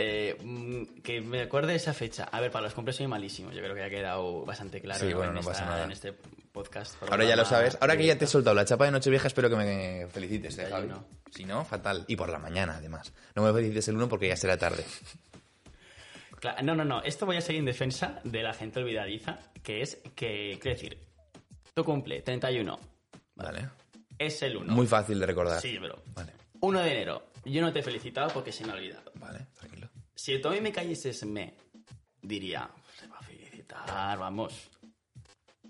[SPEAKER 2] Eh, mm, que me acuerde esa fecha. A ver, para los cumples soy malísimo. Yo creo que ha quedado bastante claro
[SPEAKER 1] Sí,
[SPEAKER 2] ¿no?
[SPEAKER 1] bueno,
[SPEAKER 2] en,
[SPEAKER 1] no
[SPEAKER 2] esta-
[SPEAKER 1] pasa nada.
[SPEAKER 2] en este podcast.
[SPEAKER 1] Ahora ya lo sabes. Ahora que ya te he
[SPEAKER 2] soy
[SPEAKER 1] soltado la chapa de Nochevieja, espero que me felicites, eh, Javi.
[SPEAKER 2] 31.
[SPEAKER 1] Si no, fatal. Y por la mañana, además. No me felicites el 1 porque ya será tarde.
[SPEAKER 2] Cla- No, no, no. Esto voy a seguir en defensa de la gente olvidadiza, que es que, quiero decir, tu cumple, 31,
[SPEAKER 1] Vale.
[SPEAKER 2] es el 1.
[SPEAKER 1] Muy fácil de recordar.
[SPEAKER 2] Sí, bro.
[SPEAKER 1] Vale,
[SPEAKER 2] 1 de enero. Yo no te he felicitado porque se me ha olvidado.
[SPEAKER 1] vale, tranquilo.
[SPEAKER 2] Si tú a mí me cayeses me, diría, se va a felicitar, vamos.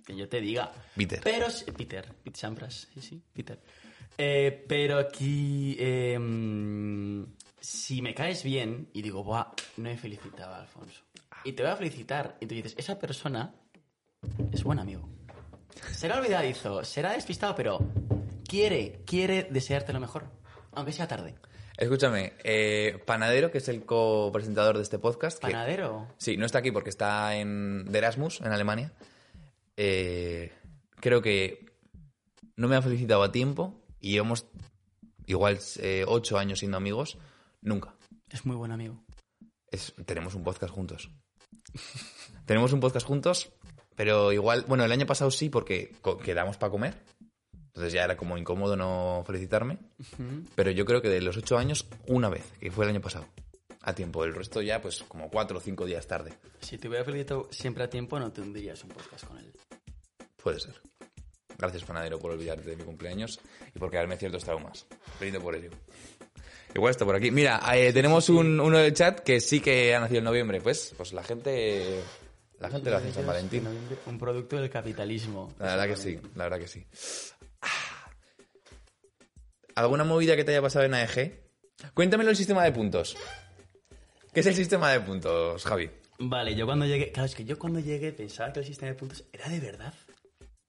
[SPEAKER 2] Que yo te diga.
[SPEAKER 1] Peter.
[SPEAKER 2] Pero si- Peter, Pete Sampras, sí, sí, Peter. Eh, pero aquí, eh, mm, si me caes bien y digo, Buah, no he felicitado a Alfonso. Y te voy a felicitar y tú dices, esa persona es buen amigo. Será olvidadizo, será despistado, pero quiere, quiere desearte lo mejor, aunque sea tarde.
[SPEAKER 1] Escúchame, eh, Panadero, que es el copresentador de este podcast. que-
[SPEAKER 2] Panadero.
[SPEAKER 1] sí, no está aquí porque está en de Erasmus, en Alemania. Eh, creo que no me ha felicitado a tiempo y llevamos igual eh, ocho años siendo amigos. Nunca.
[SPEAKER 2] Es muy buen amigo.
[SPEAKER 1] Es- tenemos un podcast juntos. tenemos un podcast juntos, pero igual, bueno, el año pasado sí porque co- quedamos para comer. Entonces ya era como incómodo no felicitarme. Pero yo creo que de los ocho años, una vez, que fue el año pasado. A tiempo, el resto ya, pues como cuatro o cinco días tarde.
[SPEAKER 2] Si te hubiera felicitado siempre a tiempo, no tendrías un podcast con él.
[SPEAKER 1] Puede ser. Gracias, panadero, por olvidarte de mi cumpleaños y por crearme ciertos traumas. Brindo por ello. Igual está por aquí. Mira, eh, tenemos un, uno del chat que sí que ha nacido en noviembre. Pues, pues la gente. La gente lo hace en San Valentín.
[SPEAKER 2] Un producto del capitalismo.
[SPEAKER 1] La verdad que sí, la verdad que sí. Ah. ¿Alguna movida que te haya pasado en AEG? Cuéntamelo el sistema de puntos. ¿Qué es el sistema de puntos, Javi?
[SPEAKER 2] Vale, yo cuando llegué... Claro, es que yo cuando llegué pensaba que el sistema de puntos era de verdad.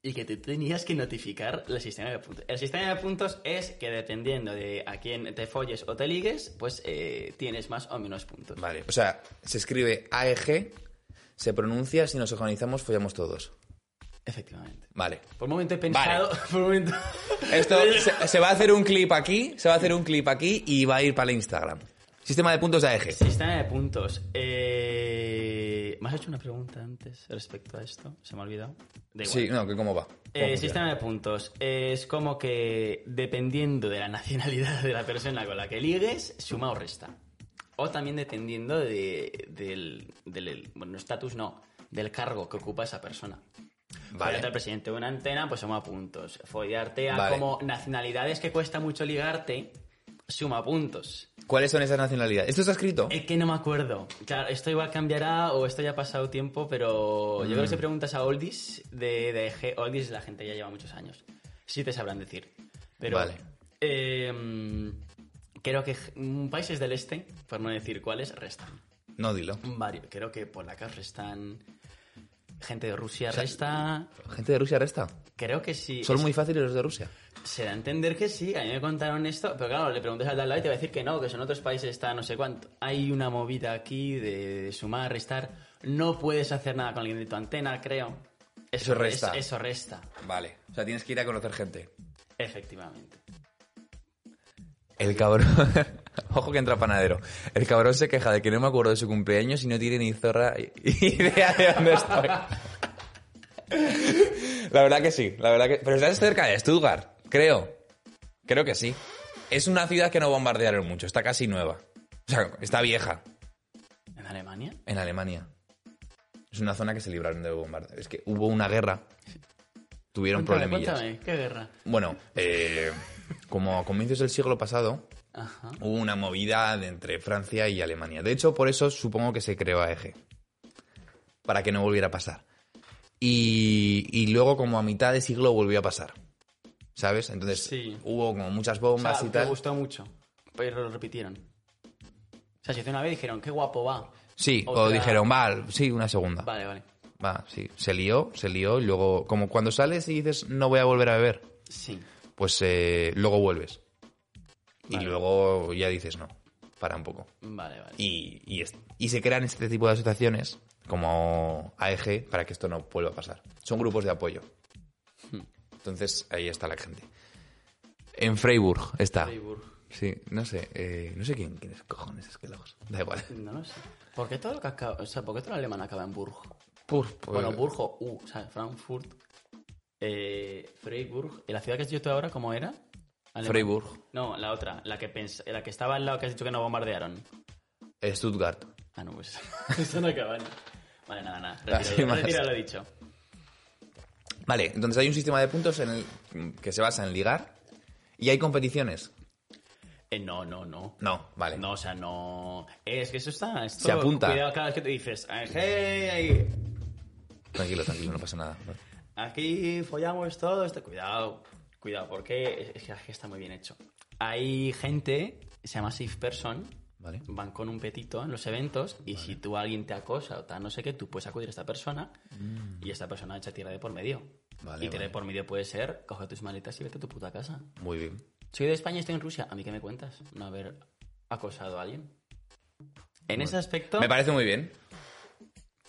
[SPEAKER 2] Y que te tenías que notificar el sistema de puntos. El sistema de puntos es que dependiendo de a quién te folles o te ligues, pues eh, tienes más o menos puntos.
[SPEAKER 1] Vale, o E sea, se escribe AEG, se pronuncia, si nos organizamos follamos todos.
[SPEAKER 2] Efectivamente.
[SPEAKER 1] Vale.
[SPEAKER 2] Por un momento he pensado. Por un momento.
[SPEAKER 1] Esto se, se va a hacer un clip aquí, se va a hacer un clip aquí y va a ir para el Instagram. Sistema de puntos de E eje.
[SPEAKER 2] Sistema de puntos. Eh, ¿Me has hecho una pregunta antes respecto a esto? Se me ha olvidado. Da igual.
[SPEAKER 1] Sí, no, que cómo va. ¿Cómo
[SPEAKER 2] Eh,
[SPEAKER 1] funciona?
[SPEAKER 2] sistema de puntos. Es como que dependiendo de la nacionalidad de la persona con la que ligues, suma o resta. O también dependiendo de, del, del- bueno, estatus no, del cargo que ocupa esa persona.
[SPEAKER 1] Vale.
[SPEAKER 2] Follarte al presidente de una antena, pues suma puntos. Follarte a
[SPEAKER 1] Vale.
[SPEAKER 2] como nacionalidades que cuesta mucho ligarte, suma puntos.
[SPEAKER 1] ¿Cuáles son esas nacionalidades? ¿Esto está escrito?
[SPEAKER 2] Es que no me acuerdo. Claro, esto igual cambiará o esto ya ha pasado tiempo, pero
[SPEAKER 1] Mm.
[SPEAKER 2] yo creo que si preguntas a Oldies de, de G, Oldies la gente ya lleva muchos años. Sí te sabrán decir. Pero,
[SPEAKER 1] Vale.
[SPEAKER 2] eh, creo que mm, países del este, por no decir cuáles, restan.
[SPEAKER 1] No, dilo.
[SPEAKER 2] Varios. Creo que polacas restan. Gente de Rusia resta.
[SPEAKER 1] Gente de Rusia resta.
[SPEAKER 2] Creo que sí.
[SPEAKER 1] Son muy fáciles los de Rusia.
[SPEAKER 2] Se da a entender que sí, a mí me contaron esto, pero claro, le preguntas al de al lado y te va a decir que no, que son otros países, está no sé cuánto. Hay una movida aquí de, de sumar, restar. No puedes hacer nada con alguien de tu antena, creo.
[SPEAKER 1] Eso resta.
[SPEAKER 2] es- eso resta,
[SPEAKER 1] Vale. O sea, tienes que ir a conocer gente.
[SPEAKER 2] efectivamente.
[SPEAKER 1] El cabrón. Ojo que entra panadero. El cabrón se queja de que no me acuerdo de su cumpleaños y no tiene ni zorra idea de dónde estoy. la verdad que sí, la verdad que. Pero estás cerca de Stuttgart, creo. Creo que sí. Es una ciudad que no bombardearon mucho, está casi nueva. O sea, está vieja
[SPEAKER 2] ¿En Alemania?
[SPEAKER 1] en Alemania. Es una zona que se libraron de bombardeos. Es que hubo una guerra. Tuvieron
[SPEAKER 2] Cuéntame,
[SPEAKER 1] problemillas.
[SPEAKER 2] cuéntame, ¿qué guerra?
[SPEAKER 1] Bueno, eh, como a comienzos del siglo pasado,
[SPEAKER 2] Ajá.
[SPEAKER 1] hubo una movida de entre Francia y Alemania. De hecho, por eso supongo que se creó AEG. Para que no volviera a pasar. Y, y luego, como a mitad de siglo, volvió a pasar. ¿Sabes? Entonces
[SPEAKER 2] Sí.
[SPEAKER 1] hubo como muchas
[SPEAKER 2] O sea,
[SPEAKER 1] bombas y
[SPEAKER 2] te
[SPEAKER 1] tal.
[SPEAKER 2] gustó mucho, pero lo repitieron. O sea, si hizo una vez dijeron, qué guapo va.
[SPEAKER 1] Sí, o
[SPEAKER 2] Otra-
[SPEAKER 1] dijeron, va, sí, una segunda.
[SPEAKER 2] Vale, vale.
[SPEAKER 1] Va, sí. Se lió, se lió. Y luego, como cuando sales y dices, no voy a volver a beber,
[SPEAKER 2] Sí.
[SPEAKER 1] pues eh, luego vuelves. Y
[SPEAKER 2] Vale.
[SPEAKER 1] luego ya dices, no, para un poco.
[SPEAKER 2] Vale, vale.
[SPEAKER 1] y, y es- y se crean este tipo de asociaciones como AEG para que esto no vuelva a pasar. Son grupos de apoyo. Entonces ahí está la gente. En Freiburg está.
[SPEAKER 2] Freiburg.
[SPEAKER 1] Sí, no sé, eh, no sé quién, quién es cojones es que lejos. Da igual.
[SPEAKER 2] No lo sé. ¿Por qué todo lo que acaba, o sea, por qué todo lo alemán acaba en Burg?
[SPEAKER 1] Pues-
[SPEAKER 2] Bueno, Burgo, U, o sea, Frankfurt, eh, Freiburg. ¿Y la ciudad que yo estoy ahora cómo era? Alemania.
[SPEAKER 1] Freiburg,
[SPEAKER 2] No, la otra, la que pens- la que estaba al lado que has dicho que no bombardearon.
[SPEAKER 1] eh, Stuttgart.
[SPEAKER 2] Ah, no, pues eso no acaba. ¿no? Vale, nada, nada. Retiro,
[SPEAKER 1] Así Ah, más.
[SPEAKER 2] retiro lo dicho.
[SPEAKER 1] Vale, entonces hay un sistema de puntos en el que se basa en ligar y hay competiciones.
[SPEAKER 2] Eh, no, no, no.
[SPEAKER 1] No, vale.
[SPEAKER 2] No, o sea, no. Eh, es que eso está. esto-
[SPEAKER 1] Se apunta.
[SPEAKER 2] Cuidado cada vez que tú dices, "Eh, hey,
[SPEAKER 1] Tranquilo, tranquilo, no pasa nada.
[SPEAKER 2] aquí follamos todo esto. Cuidado, cuidado, porque es que está muy bien hecho. Hay gente, se llama Safe Person,
[SPEAKER 1] Vale.
[SPEAKER 2] van con un petito en los eventos y si tú alguien te acosa o tal, no sé qué, tú puedes acudir a esta persona y esta persona echa tierra de por medio.
[SPEAKER 1] Mm. Vale,
[SPEAKER 2] y tierra
[SPEAKER 1] vale.
[SPEAKER 2] de por medio puede ser, coge tus maletas y vete a tu puta casa.
[SPEAKER 1] Muy bien.
[SPEAKER 2] Soy de España y estoy en Rusia. ¿A mí qué me cuentas? No haber acosado a alguien. En ese aspecto,
[SPEAKER 1] Me parece muy bien.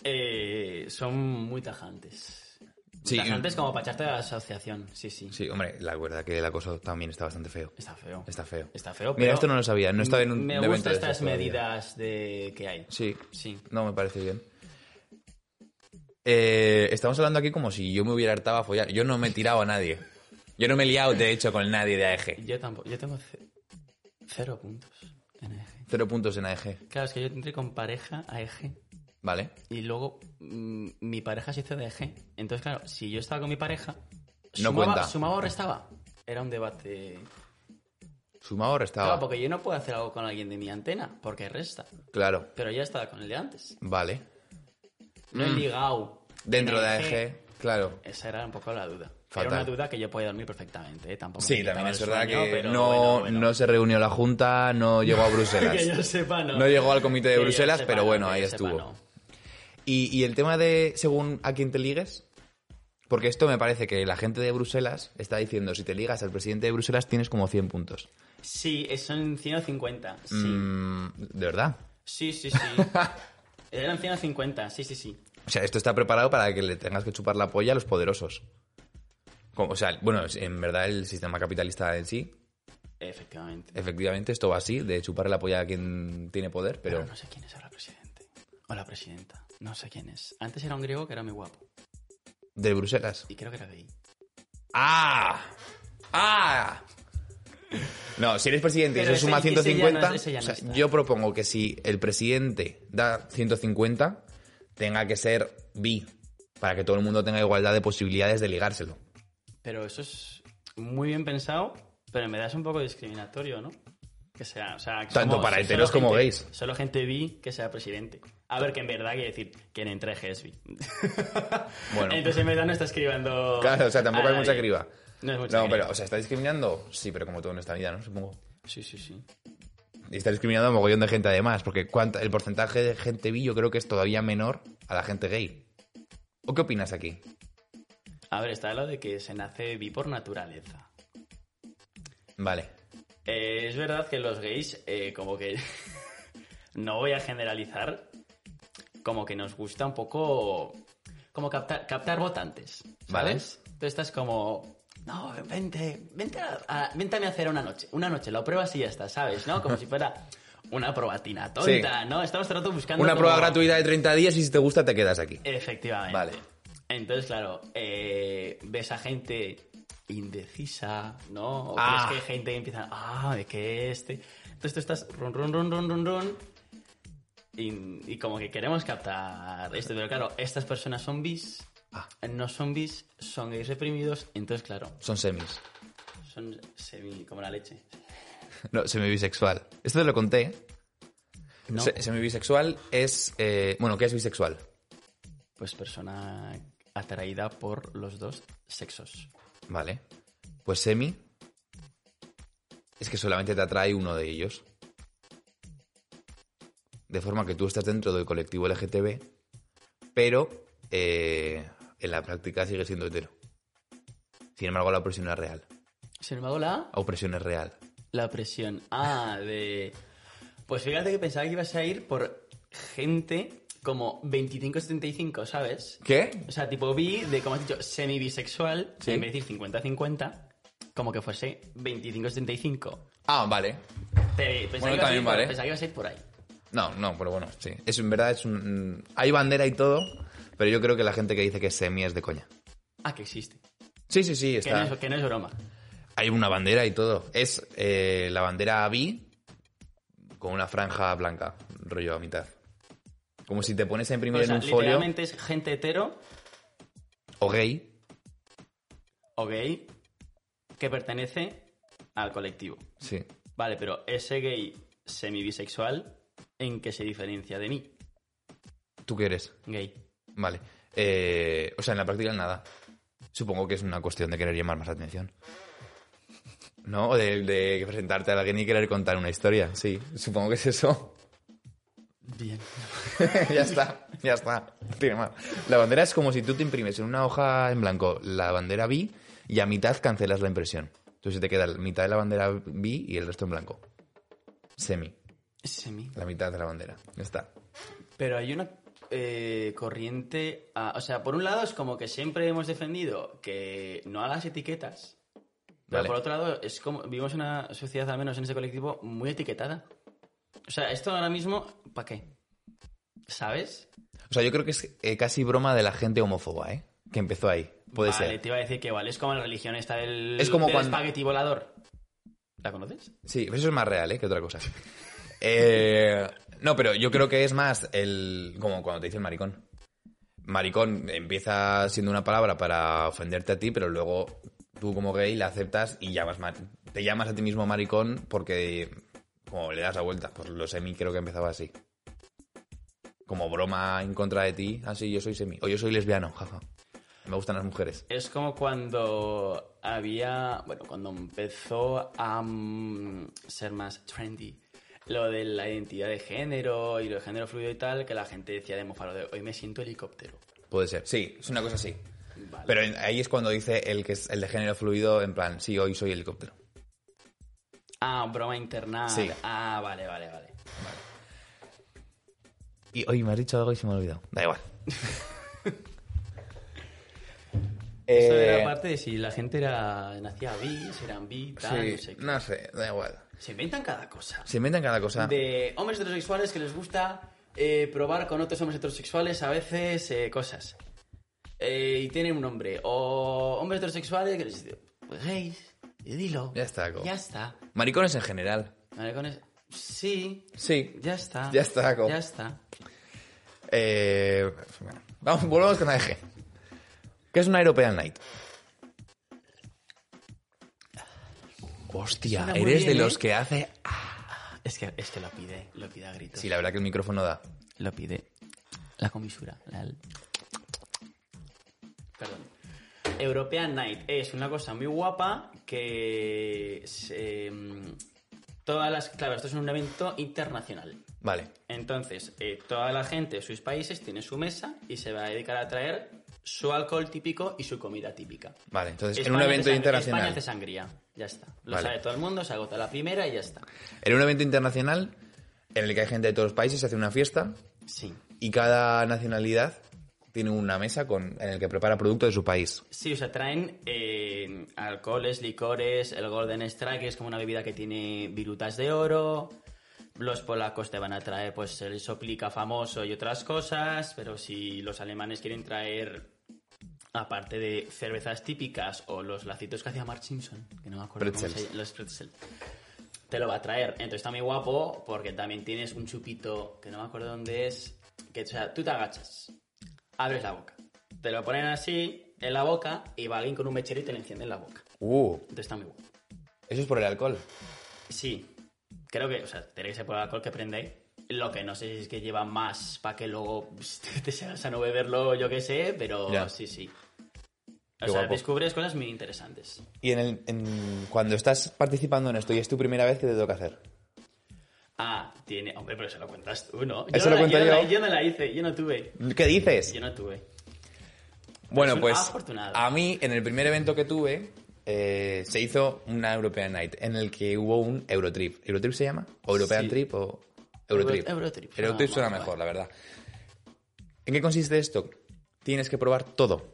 [SPEAKER 2] eh, son muy tajantes.
[SPEAKER 1] Sí, mm.
[SPEAKER 2] tajantes como para echarte a la asociación. Sí, sí.
[SPEAKER 1] Sí, hombre, la verdad que el acoso también está bastante feo.
[SPEAKER 2] Está feo.
[SPEAKER 1] Está feo.
[SPEAKER 2] Está feo,
[SPEAKER 1] Mira,
[SPEAKER 2] pero
[SPEAKER 1] esto no lo sabía, no estaba en un
[SPEAKER 2] Me
[SPEAKER 1] evento
[SPEAKER 2] gustan
[SPEAKER 1] de estos
[SPEAKER 2] estas
[SPEAKER 1] todavía.
[SPEAKER 2] medidas de que hay.
[SPEAKER 1] Sí,
[SPEAKER 2] Sí.
[SPEAKER 1] no, me parece bien. Eh, estamos hablando aquí como si yo me hubiera hartado a follar. Yo no me he tirado a nadie. Yo no me he liado, de hecho, con nadie de E AEG.
[SPEAKER 2] Yo tampoco. Yo tengo ce- cero puntos en AEG.
[SPEAKER 1] Cero puntos en AEG,
[SPEAKER 2] Claro, es que yo entré con pareja a AEG
[SPEAKER 1] ¿vale?
[SPEAKER 2] y luego mm, mi pareja se hizo de AEG. Entonces, claro, si yo estaba con mi pareja,
[SPEAKER 1] No
[SPEAKER 2] sumaba,
[SPEAKER 1] cuenta. Ah,
[SPEAKER 2] sumaba o restaba. Era un debate.
[SPEAKER 1] Sumado o
[SPEAKER 2] Claro,
[SPEAKER 1] restado.
[SPEAKER 2] porque yo no puedo hacer algo con alguien de mi antena, porque resta.
[SPEAKER 1] Claro,
[SPEAKER 2] Pero ya estaba con el de antes.
[SPEAKER 1] vale.
[SPEAKER 2] No he ligado.
[SPEAKER 1] Mm. Dentro
[SPEAKER 2] en
[SPEAKER 1] de
[SPEAKER 2] E
[SPEAKER 1] AEG, claro.
[SPEAKER 2] Esa era un poco la duda.
[SPEAKER 1] Fatal.
[SPEAKER 2] Era una duda que yo podía dormir perfectamente, ¿eh? Tampoco me
[SPEAKER 1] Sí,
[SPEAKER 2] quitaba
[SPEAKER 1] también es
[SPEAKER 2] el
[SPEAKER 1] verdad
[SPEAKER 2] sueño,
[SPEAKER 1] que
[SPEAKER 2] pero
[SPEAKER 1] no,
[SPEAKER 2] bueno, bueno.
[SPEAKER 1] no se reunió la Junta, no llegó a Bruselas.
[SPEAKER 2] Que yo sepa, no.
[SPEAKER 1] No llegó al comité de
[SPEAKER 2] Que yo
[SPEAKER 1] Bruselas,
[SPEAKER 2] sepa,
[SPEAKER 1] pero
[SPEAKER 2] no,
[SPEAKER 1] bueno,
[SPEAKER 2] que
[SPEAKER 1] ahí
[SPEAKER 2] yo sepa,
[SPEAKER 1] estuvo.
[SPEAKER 2] no.
[SPEAKER 1] Y, y el tema de según a quién te ligues, porque esto me parece que la gente de Bruselas está diciendo, si te ligas al presidente de Bruselas tienes como 100 puntos.
[SPEAKER 2] Sí, es- son 150. Sí,
[SPEAKER 1] Mm, de verdad.
[SPEAKER 2] sí, sí. sí. Eran 150, sí, sí, sí.
[SPEAKER 1] O sea, esto está preparado para que le tengas que chupar la polla a los poderosos. Como- o sea, bueno, es- en verdad el sistema capitalista en sí, Eh,
[SPEAKER 2] Efectivamente.
[SPEAKER 1] efectivamente, esto va así, de chupar la polla a quien tiene poder,
[SPEAKER 2] Pero
[SPEAKER 1] pero...
[SPEAKER 2] no sé quién es ahora presidente. O la presidenta. No sé quién es. Antes era un griego que era muy guapo.
[SPEAKER 1] De Bruselas.
[SPEAKER 2] Y creo que era gay.
[SPEAKER 1] ¡Ah! ¡Ah! No, si eres presidente y
[SPEAKER 2] Pero
[SPEAKER 1] eso suma
[SPEAKER 2] ese- ese ya
[SPEAKER 1] 150,
[SPEAKER 2] no es- ese ya no
[SPEAKER 1] o sea,
[SPEAKER 2] está.
[SPEAKER 1] yo propongo que si el presidente da 150, tenga que ser bi, para que todo el mundo tenga igualdad de posibilidades de ligárselo.
[SPEAKER 2] Pero eso es muy bien pensado, pero me das un poco discriminatorio, ¿no? Que sea, o sea, que
[SPEAKER 1] Tanto para
[SPEAKER 2] solo
[SPEAKER 1] heteros como
[SPEAKER 2] gente-
[SPEAKER 1] gays.
[SPEAKER 2] Solo gente bi que sea presidente. A ver, que en verdad quiere decir quien en traje es bi.
[SPEAKER 1] Bueno,
[SPEAKER 2] Entonces en verdad no está escribiendo.
[SPEAKER 1] claro, o sea, tampoco
[SPEAKER 2] a
[SPEAKER 1] hay mucha
[SPEAKER 2] nadie.
[SPEAKER 1] criba.
[SPEAKER 2] No es mucha
[SPEAKER 1] No,
[SPEAKER 2] criba.
[SPEAKER 1] pero, o sea, ¿está discriminando? Sí, pero como todo en esta vida, ¿no? Supongo.
[SPEAKER 2] Sí, sí, sí.
[SPEAKER 1] Y está discriminando a mogollón de gente además, porque cuánta- el porcentaje de gente bi yo creo que es todavía menor a la gente gay. ¿O qué opinas aquí?
[SPEAKER 2] A ver, está lo de que se nace bi por naturaleza.
[SPEAKER 1] Vale.
[SPEAKER 2] Eh, es verdad que los gays, eh, como que. no voy a generalizar. Como que nos gusta un poco. Como captar, captar votantes.
[SPEAKER 1] Vale.
[SPEAKER 2] ¿Sabes? Tú estás como. No, vente, vente a, a- vente a mi acera una noche. Una noche, lo pruebas y ya está, ¿sabes? ¿No? Como si fuera una probatina tonta, ¿no? Estamos todo el rato buscando.
[SPEAKER 1] Una
[SPEAKER 2] como-
[SPEAKER 1] prueba gratuita de 30 días y si te gusta te quedas aquí.
[SPEAKER 2] Efectivamente.
[SPEAKER 1] Vale.
[SPEAKER 2] Entonces, claro, eh, ves a gente indecisa, ¿no? O
[SPEAKER 1] Ah.
[SPEAKER 2] crees que hay gente que empieza, ah, de que este. Entonces tú estás run, run, run, run, run, run. Y, y como que queremos captar esto. Pero claro, estas personas son bis,
[SPEAKER 1] Ah.
[SPEAKER 2] no son bis, son gays reprimidos. Entonces, claro,
[SPEAKER 1] Son semis.
[SPEAKER 2] son semi como la leche.
[SPEAKER 1] No, semibisexual. Esto te lo conté. ¿eh?
[SPEAKER 2] No,
[SPEAKER 1] Se- semibisexual es. eh, bueno, ¿qué es bisexual?
[SPEAKER 2] pues persona atraída por los dos sexos.
[SPEAKER 1] Vale. Pues semi. Es que solamente te atrae uno de ellos. De forma que tú estás dentro del colectivo LGTB, pero eh, en la práctica sigue siendo hetero. Sin embargo, la opresión es real.
[SPEAKER 2] Sin embargo, la...
[SPEAKER 1] La opresión es real.
[SPEAKER 2] La presión. Ah, de. Pues fíjate que pensaba que ibas a ir por gente como 25-75, ¿sabes?
[SPEAKER 1] ¿Qué?
[SPEAKER 2] O sea, tipo bi, de como has dicho, semi-bisexual,
[SPEAKER 1] Sí.
[SPEAKER 2] en vez de decir 50-50, como que fuese 25-75.
[SPEAKER 1] Ah, vale. Bueno,
[SPEAKER 2] Te- pensaba que ibas a ir
[SPEAKER 1] también
[SPEAKER 2] por-
[SPEAKER 1] vale.
[SPEAKER 2] Pensaba que ibas a ir por ahí.
[SPEAKER 1] No, no, pero bueno, sí. Es en verdad, es un. mm, Hay bandera y todo, pero yo creo que la gente que dice que es semi es de coña.
[SPEAKER 2] Ah, que existe.
[SPEAKER 1] Sí, sí, sí,
[SPEAKER 2] Que no,
[SPEAKER 1] está.
[SPEAKER 2] es, que no es broma.
[SPEAKER 1] Hay una bandera y todo. Es eh, la bandera bi con una franja blanca, rollo a mitad. Como si te pones a imprimir
[SPEAKER 2] O sea,
[SPEAKER 1] en un folio
[SPEAKER 2] literalmente es gente hetero
[SPEAKER 1] o gay.
[SPEAKER 2] o gay que pertenece al colectivo.
[SPEAKER 1] Sí.
[SPEAKER 2] Vale, pero ese gay semibisexual, ¿en qué se diferencia de mí?
[SPEAKER 1] ¿Tú qué eres?
[SPEAKER 2] Gay.
[SPEAKER 1] Vale. Eh, o sea, en la práctica nada. Supongo que es una cuestión de querer llamar más la atención. ¿No? O de, de presentarte a alguien y querer contar una historia. Sí, supongo que es eso.
[SPEAKER 2] Bien.
[SPEAKER 1] ya está, ya está. No tiene más. La bandera es como si tú te imprimes en una hoja en blanco la bandera B y a mitad cancelas la impresión. Entonces te queda la mitad de la bandera B y el resto en blanco. Semi,
[SPEAKER 2] Semi.
[SPEAKER 1] la mitad de la bandera. Ya está.
[SPEAKER 2] Pero hay una eh, corriente... ah, o sea, por un lado es como que siempre hemos defendido que no hagas etiquetas. Pero
[SPEAKER 1] Vale.
[SPEAKER 2] por otro lado, es como vivimos en una sociedad, al menos en ese colectivo, muy etiquetada. O sea, esto ahora mismo, ¿para qué? ¿Sabes?
[SPEAKER 1] O sea, yo creo que es eh, casi broma de la gente homófoba, ¿eh? Que empezó ahí. Puede
[SPEAKER 2] vale,
[SPEAKER 1] ser.
[SPEAKER 2] te iba a decir que igual es como la religión esta del,
[SPEAKER 1] Es como
[SPEAKER 2] del
[SPEAKER 1] cuando-
[SPEAKER 2] espagueti volador. ¿La conoces?
[SPEAKER 1] Sí, pero eso es más real, ¿eh? Que otra cosa. Eh, no, pero yo creo que es más el. como cuando te dicen maricón. Maricón empieza siendo una palabra para ofenderte a ti, pero luego tú como gay la aceptas y llamas mar- te llamas a ti mismo maricón porque como le das la vuelta. Pues lo semi creo que empezaba así. Como broma en contra de ti. Ah, sí, yo soy semi. O yo soy lesbiano, jaja. Me gustan las mujeres.
[SPEAKER 2] Es como cuando había. Bueno, cuando empezó a mm, ser más trendy lo de la identidad de género y lo de género fluido y tal, que la gente decía de mofaro de hoy me siento helicóptero.
[SPEAKER 1] Puede ser. Sí, es una cosa así.
[SPEAKER 2] Vale.
[SPEAKER 1] Pero en- ahí es cuando dice el que es el de género fluido, en plan, sí, hoy soy helicóptero.
[SPEAKER 2] Ah, broma interna.
[SPEAKER 1] Sí.
[SPEAKER 2] Ah, vale, vale, vale.
[SPEAKER 1] Y hoy me has dicho algo y se me ha olvidado. Da igual.
[SPEAKER 2] Eso
[SPEAKER 1] Eh,
[SPEAKER 2] era parte de si la gente era nacía bi, si eran bi, tal,
[SPEAKER 1] sí,
[SPEAKER 2] no sé qué.
[SPEAKER 1] no sé, da igual.
[SPEAKER 2] Se inventan cada cosa.
[SPEAKER 1] Se inventan cada cosa.
[SPEAKER 2] De hombres heterosexuales que les gusta eh, probar con otros hombres heterosexuales a veces eh, cosas. Eh, y tienen un nombre. O hombres heterosexuales que les pues gays, y dilo.
[SPEAKER 1] Ya está, co.
[SPEAKER 2] Ya está.
[SPEAKER 1] Maricones en general.
[SPEAKER 2] Maricones, sí,
[SPEAKER 1] Sí.
[SPEAKER 2] ya está.
[SPEAKER 1] Ya está, co.
[SPEAKER 2] Ya está.
[SPEAKER 1] Eh, bueno, vamos, volvamos con AEG. ¿Qué es una European Night? Hostia,
[SPEAKER 2] Suena muy
[SPEAKER 1] eres
[SPEAKER 2] bien,
[SPEAKER 1] de
[SPEAKER 2] ¿eh?
[SPEAKER 1] los que hace...
[SPEAKER 2] Es que, es que lo pide, lo pide a gritos.
[SPEAKER 1] Sí, la verdad que el micrófono da.
[SPEAKER 2] Lo pide. La comisura. la- Perdón. European Night es una cosa muy guapa que... se- mm, todas las... Claro, esto es un evento internacional.
[SPEAKER 1] Vale.
[SPEAKER 2] Entonces, eh, toda la gente de sus países tiene su mesa y se va a dedicar a traer su alcohol típico y su comida típica.
[SPEAKER 1] Vale, entonces en
[SPEAKER 2] España
[SPEAKER 1] un
[SPEAKER 2] hace
[SPEAKER 1] evento
[SPEAKER 2] sang-
[SPEAKER 1] internacional.
[SPEAKER 2] España hace sangría. Ya está. Lo
[SPEAKER 1] Vale.
[SPEAKER 2] sabe todo el mundo, se agota la primera y ya está.
[SPEAKER 1] En un evento internacional en el que hay gente de todos los países, se hace una fiesta
[SPEAKER 2] Sí.
[SPEAKER 1] y cada nacionalidad tiene una mesa con, en el que prepara producto de su país.
[SPEAKER 2] Sí, o sea, traen eh, alcoholes, licores, el Golden Strike, que es como una bebida que tiene virutas de oro. Los polacos te van a traer, pues, el soplica famoso y otras cosas. Pero si los alemanes quieren traer, aparte de cervezas típicas o los lacitos que hacía Mark Simpson, que no me acuerdo cómo se
[SPEAKER 1] Pretzels.
[SPEAKER 2] llama, los pretzel, te lo va a traer. Entonces está muy guapo porque también tienes un chupito que no me acuerdo dónde es. Que, o sea, tú te agachas, abres la boca. Te lo ponen así en la boca y va alguien con un mechero y te lo enciende en la boca.
[SPEAKER 1] Uh,
[SPEAKER 2] Entonces está muy guapo.
[SPEAKER 1] eso es por el alcohol.
[SPEAKER 2] Sí, creo que, o sea, tiene que ser por el alcohol que prende ahí. Lo que no sé si es que lleva más para que luego pues, te seas a no beberlo, yo qué sé, pero
[SPEAKER 1] Ya.
[SPEAKER 2] sí, sí. O
[SPEAKER 1] Qué
[SPEAKER 2] sea,
[SPEAKER 1] guapo.
[SPEAKER 2] descubres cosas muy interesantes.
[SPEAKER 1] Y en el, en- cuando estás participando en esto y es tu primera vez, ¿qué te toca hacer?
[SPEAKER 2] Ah, tiene. Hombre, pero se lo cuentas tú, ¿no?
[SPEAKER 1] Eso
[SPEAKER 2] no
[SPEAKER 1] lo
[SPEAKER 2] la-
[SPEAKER 1] cuento
[SPEAKER 2] no la-
[SPEAKER 1] yo.
[SPEAKER 2] yo no la hice, yo no tuve.
[SPEAKER 1] ¿Qué dices?
[SPEAKER 2] Yo no tuve.
[SPEAKER 1] Bueno,
[SPEAKER 2] Es un
[SPEAKER 1] pues
[SPEAKER 2] afortunado.
[SPEAKER 1] a mí, en el primer evento que tuve, eh, se hizo una European Night en el que hubo un Eurotrip. ¿Eurotrip se llama? ¿O European
[SPEAKER 2] Sí.
[SPEAKER 1] Trip o Eurotrip?
[SPEAKER 2] Euro- Eurotrip.
[SPEAKER 1] Eurotrip
[SPEAKER 2] Ah,
[SPEAKER 1] suena
[SPEAKER 2] guay,
[SPEAKER 1] mejor, la verdad. ¿En qué consiste esto? Tienes que probar todo.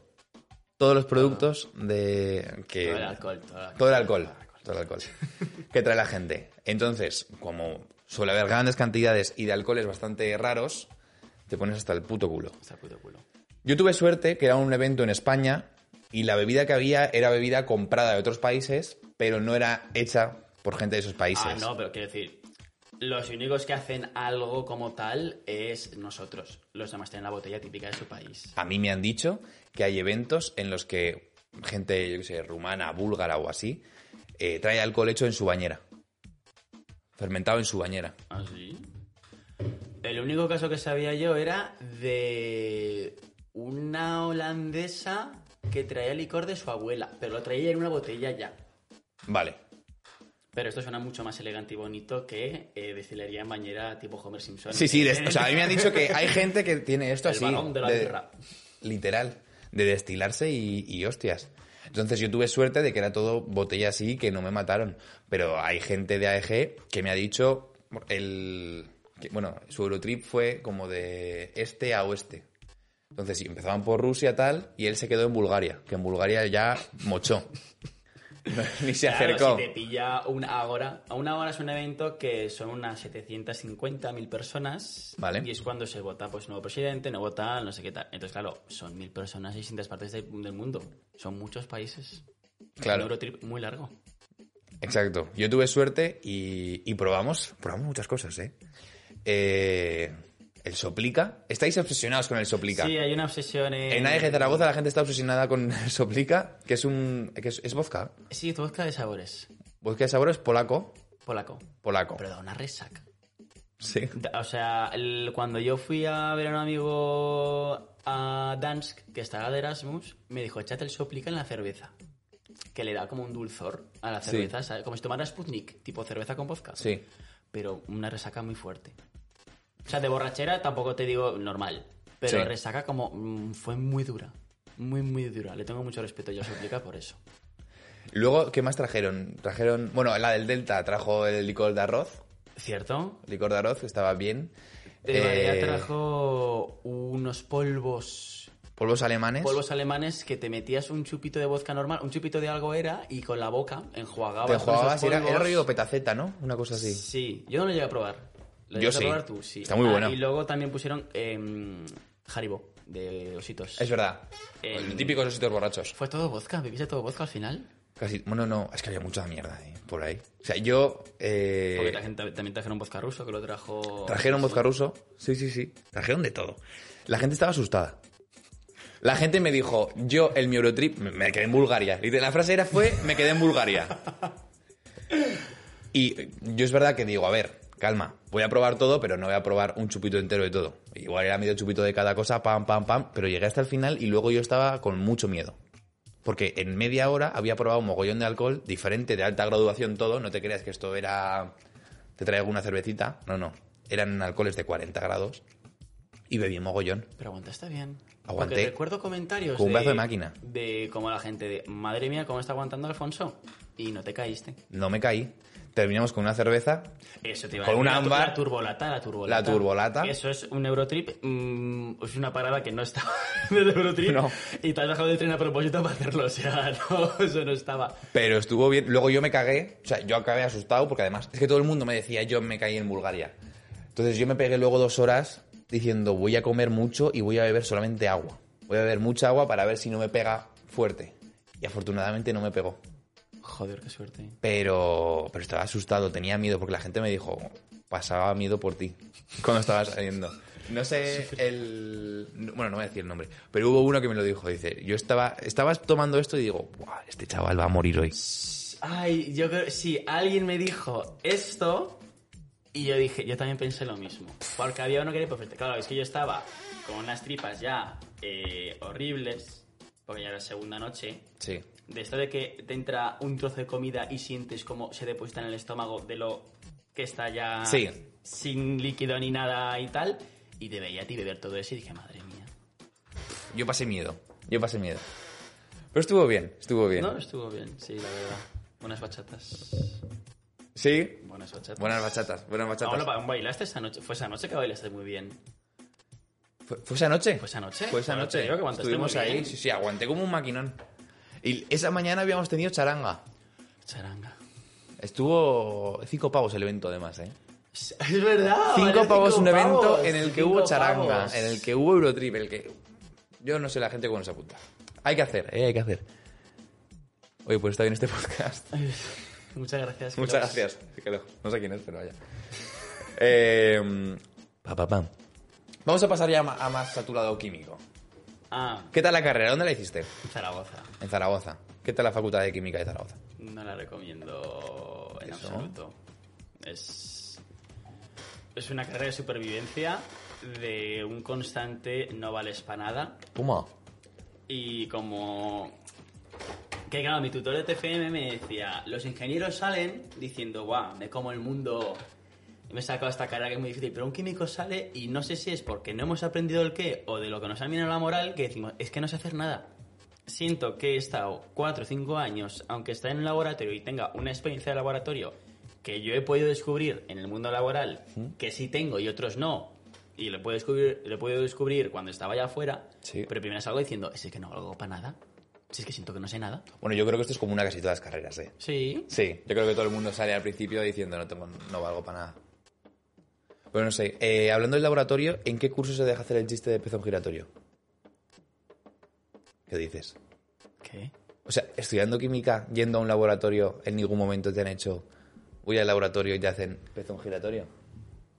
[SPEAKER 1] Todos los productos de que
[SPEAKER 2] Todo el alcohol, todo el alcohol.
[SPEAKER 1] Eh, todo el alcohol. Todo el alcohol. que trae la gente. Entonces, como suele haber grandes cantidades y de alcoholes bastante raros, te pones hasta el puto culo.
[SPEAKER 2] Hasta el puto culo.
[SPEAKER 1] Yo tuve suerte que era un evento en España y la bebida que había era bebida comprada de otros países, pero no era hecha por gente de esos países.
[SPEAKER 2] Ah, no, pero quiero decir, los únicos que hacen algo como tal es nosotros. Los demás tienen la botella típica de su país.
[SPEAKER 1] A mí me han dicho que hay eventos en los que gente, yo qué sé, rumana, búlgara o así, eh, trae alcohol hecho en su bañera. Fermentado en su bañera.
[SPEAKER 2] ¿Ah, sí? El único caso que sabía yo era de una holandesa que traía licor de su abuela, pero lo traía en una botella ya.
[SPEAKER 1] Vale.
[SPEAKER 2] Pero esto suena mucho más elegante y bonito que eh, destilería en bañera tipo Homer Simpson.
[SPEAKER 1] Sí, sí, des- o sea, a mí me han dicho que hay gente que tiene esto
[SPEAKER 2] El
[SPEAKER 1] así.
[SPEAKER 2] varón de la birra.
[SPEAKER 1] Literal, de destilarse y, y hostias. Entonces yo tuve suerte de que era todo botella así, que no me mataron. Pero hay gente de AEG que me ha dicho, el, que, bueno, su Eurotrip fue como de este a oeste. Entonces sí, empezaban por Rusia tal, y él se quedó en Bulgaria, que en Bulgaria ya mochó. Ni se
[SPEAKER 2] Claro,
[SPEAKER 1] acercó.
[SPEAKER 2] si te pilla un Ágora. A Una Ágora es un evento que son unas 750.000 personas.
[SPEAKER 1] Vale.
[SPEAKER 2] Y es cuando se vota, pues, nuevo presidente, no vota, no sé qué tal. Entonces, claro, son mil personas de distintas partes de- del mundo. Son muchos países.
[SPEAKER 1] Claro.
[SPEAKER 2] Un Eurotrip muy largo.
[SPEAKER 1] Exacto. Yo tuve suerte y, y probamos, probamos muchas cosas, ¿eh? Eh, El soplica. Estáis obsesionados con el soplica.
[SPEAKER 2] Sí, eh. hay una obsesión en...
[SPEAKER 1] en AEG Zaragoza la gente está obsesionada con el soplica, que es un que es, es vodka.
[SPEAKER 2] Sí, vodka de sabores.
[SPEAKER 1] Vodka de sabor es polaco,
[SPEAKER 2] Polaco.
[SPEAKER 1] polaco.
[SPEAKER 2] Pero da una resaca.
[SPEAKER 1] Sí.
[SPEAKER 2] Da- O sea, el- cuando yo fui a ver a un amigo a Dansk, que estaba de Erasmus, me dijo, échate el soplica en la cerveza. Que le da como un dulzor a la
[SPEAKER 1] Sí.
[SPEAKER 2] cerveza, ¿sabes? Como si tomara Sputnik, tipo cerveza con vodka.
[SPEAKER 1] Sí.
[SPEAKER 2] Pero una resaca muy fuerte. O sea, de borrachera tampoco te digo normal. Pero
[SPEAKER 1] Sí.
[SPEAKER 2] resaca como... mm, fue muy dura. Muy, muy dura. Le tengo mucho respeto yo a soplica por eso.
[SPEAKER 1] Luego, ¿qué más trajeron? Trajeron, bueno, la del Delta trajo el licor de arroz,
[SPEAKER 2] ¿Cierto?
[SPEAKER 1] licor de arroz que estaba bien.
[SPEAKER 2] De
[SPEAKER 1] Eh,
[SPEAKER 2] María trajo unos polvos
[SPEAKER 1] Polvos alemanes.
[SPEAKER 2] polvos alemanes que te metías un chupito de vodka normal, un chupito de algo era, y con la boca enjuagabas.
[SPEAKER 1] Te
[SPEAKER 2] con esos
[SPEAKER 1] jugabas, era, era
[SPEAKER 2] polvos.
[SPEAKER 1] rollo petaceta, ¿no? Una cosa así.
[SPEAKER 2] Sí, yo no lo llegué a probar. ¿Lo
[SPEAKER 1] Yo
[SPEAKER 2] llegaste
[SPEAKER 1] sí.
[SPEAKER 2] a probar tú? Sí. Ah,
[SPEAKER 1] Está muy bueno.
[SPEAKER 2] Y luego también pusieron em, Haribo, de ositos.
[SPEAKER 1] Es verdad.
[SPEAKER 2] Eh,
[SPEAKER 1] Los típicos ositos borrachos.
[SPEAKER 2] ¿Fue todo vodka? ¿Bebiste todo vodka al final?
[SPEAKER 1] Casi, bueno, no, es que había mucha mierda eh, por ahí. O sea, yo... eh,
[SPEAKER 2] Porque trajen- ta- también trajeron vodka ruso, que lo trajo...
[SPEAKER 1] Trajeron vodka ruso. Sí, sí, sí. Trajeron de todo. La gente estaba asustada. La gente me dijo, yo el mi Eurotrip me- me quedé en Bulgaria. Literal, La frase era fue, me quedé en Bulgaria. Y eh, yo es verdad que digo, a ver, calma, voy a probar todo, pero no voy a probar un chupito entero de todo. Igual era medio chupito de cada cosa, pam, pam, pam, pero llegué hasta el final y luego yo estaba con mucho miedo. Porque en media hora había probado un mogollón de alcohol, diferente, de alta graduación todo. No te creas que esto era. Te traigo una cervecita. No, no. Eran alcoholes de 40 grados. Y bebí un mogollón.
[SPEAKER 2] Pero aguantaste bien.
[SPEAKER 1] Aguanté.
[SPEAKER 2] Porque recuerdo comentarios
[SPEAKER 1] Con un brazo de máquina.
[SPEAKER 2] De como la gente de, madre mía, ¿cómo está aguantando Alfonso? Y no te caíste.
[SPEAKER 1] No me caí. Terminamos con una cerveza.
[SPEAKER 2] Eso te iba
[SPEAKER 1] Con
[SPEAKER 2] a decir.
[SPEAKER 1] un
[SPEAKER 2] La tu-
[SPEAKER 1] ámbar.
[SPEAKER 2] La turbolata, la turbolata.
[SPEAKER 1] La turbolata.
[SPEAKER 2] Eso es un Eurotrip. mm, es una parada que no estaba en el Eurotrip.
[SPEAKER 1] No.
[SPEAKER 2] Y te has dejado de tren a propósito para hacerlo. O sea, no, eso no estaba.
[SPEAKER 1] Pero estuvo bien. Luego yo me cagué. O sea, yo acabé asustado porque además es que todo el mundo me decía yo me caí en Bulgaria. Entonces yo me pegué luego dos horas diciendo voy a comer mucho y voy a beber solamente agua. Voy a beber mucha agua para ver si no me pega fuerte. Y afortunadamente no me pegó.
[SPEAKER 2] Joder, qué suerte.
[SPEAKER 1] Pero, pero estaba asustado, tenía miedo porque la gente me dijo pasaba miedo por ti cuando estabas saliendo. No sé el... Bueno, no voy a decir el nombre, pero hubo uno que me lo dijo. Dice, yo estaba, estabas tomando esto y digo, "Buah, este chaval va a morir hoy.
[SPEAKER 2] Ay, yo creo. Sí, alguien me dijo esto. Y yo dije, yo también pensé lo mismo. Porque había uno que era perfecto. Claro, es que yo estaba con unas tripas ya eh, horribles. Porque ya era la segunda noche.
[SPEAKER 1] Sí.
[SPEAKER 2] De esto de que te entra un trozo de comida y sientes como se deposita en el estómago de lo que está ya
[SPEAKER 1] Sí.
[SPEAKER 2] sin líquido ni nada y tal. Y te veía a ti beber todo eso y dije, madre mía.
[SPEAKER 1] Yo pasé miedo, yo pasé miedo. Pero estuvo bien, estuvo bien.
[SPEAKER 2] No, estuvo bien, sí, la verdad. Buenas bachatas.
[SPEAKER 1] Sí.
[SPEAKER 2] Buenas bachatas.
[SPEAKER 1] Buenas bachatas, buenas bachatas.
[SPEAKER 2] Ahora, ¿bailaste esa noche? Fue esa noche que bailaste muy bien.
[SPEAKER 1] ¿Fue, fue esa noche?
[SPEAKER 2] ¿Fue esa noche?
[SPEAKER 1] Fue esa
[SPEAKER 2] Pues eh, Bueno, te
[SPEAKER 1] noche.
[SPEAKER 2] digo que aguantaste
[SPEAKER 1] Estuvimos
[SPEAKER 2] muy bien.
[SPEAKER 1] ahí, sí, sí, aguanté como un maquinón. Y esa mañana habíamos tenido charanga.
[SPEAKER 2] Charanga.
[SPEAKER 1] Estuvo cinco pavos el evento además, ¿eh?
[SPEAKER 2] Es verdad.
[SPEAKER 1] cinco
[SPEAKER 2] Ah, vale,
[SPEAKER 1] pavos
[SPEAKER 2] cinco
[SPEAKER 1] un evento
[SPEAKER 2] pavos,
[SPEAKER 1] en el que
[SPEAKER 2] cinco
[SPEAKER 1] hubo charanga,
[SPEAKER 2] pavos.
[SPEAKER 1] en el que hubo Eurotrip, el que... Yo no sé la gente cómo se apunta. Hay que hacer, ¿eh? Hay que hacer. Oye, pues está bien este podcast.
[SPEAKER 2] Muchas gracias.
[SPEAKER 1] Muchas
[SPEAKER 2] Carlos.
[SPEAKER 1] gracias. Fíjalo. No sé quién es, pero vaya. Eh, pa, pa, pam. Vamos a pasar ya a ma- a más saturado químico.
[SPEAKER 2] Ah,
[SPEAKER 1] ¿Qué tal la carrera? ¿Dónde la hiciste?
[SPEAKER 2] Zaragoza.
[SPEAKER 1] En Zaragoza. ¿Qué tal la Facultad de Química de Zaragoza?
[SPEAKER 2] No la recomiendo en
[SPEAKER 1] ¿Eso?
[SPEAKER 2] absoluto. Es, es una carrera de supervivencia de un constante no vales para nada.
[SPEAKER 1] ¿Cómo?
[SPEAKER 2] Y como... Que claro, mi tutor de TFM me decía, los ingenieros salen diciendo, guau, me como el mundo, me he sacado esta carrera que es muy difícil, pero un químico sale y no sé si es porque no hemos aprendido el qué o de lo que nos ha minado la moral, que decimos, es que no sé hacer nada. Siento que he estado 4 o 5 años, aunque esté en un laboratorio y tenga una experiencia de laboratorio que yo he podido descubrir en el mundo laboral, que sí tengo y otros no, y lo puedo descubrir, lo puedo descubrir cuando estaba allá afuera,
[SPEAKER 1] Sí.
[SPEAKER 2] pero primero salgo diciendo, es que no hago para nada, si es que siento que no sé nada.
[SPEAKER 1] Bueno, yo creo que esto es como una casi todas las carreras, ¿eh?
[SPEAKER 2] Sí.
[SPEAKER 1] Sí, yo creo que todo el mundo sale al principio diciendo no, tengo, no valgo para nada. Bueno, no sé. eh, hablando del laboratorio, ¿en qué curso se deja hacer el chiste de pezón giratorio? ¿Qué dices?
[SPEAKER 2] ¿Qué?
[SPEAKER 1] O sea, estudiando química, yendo a un laboratorio, en ningún momento te han hecho, voy al laboratorio y te hacen pezón giratorio.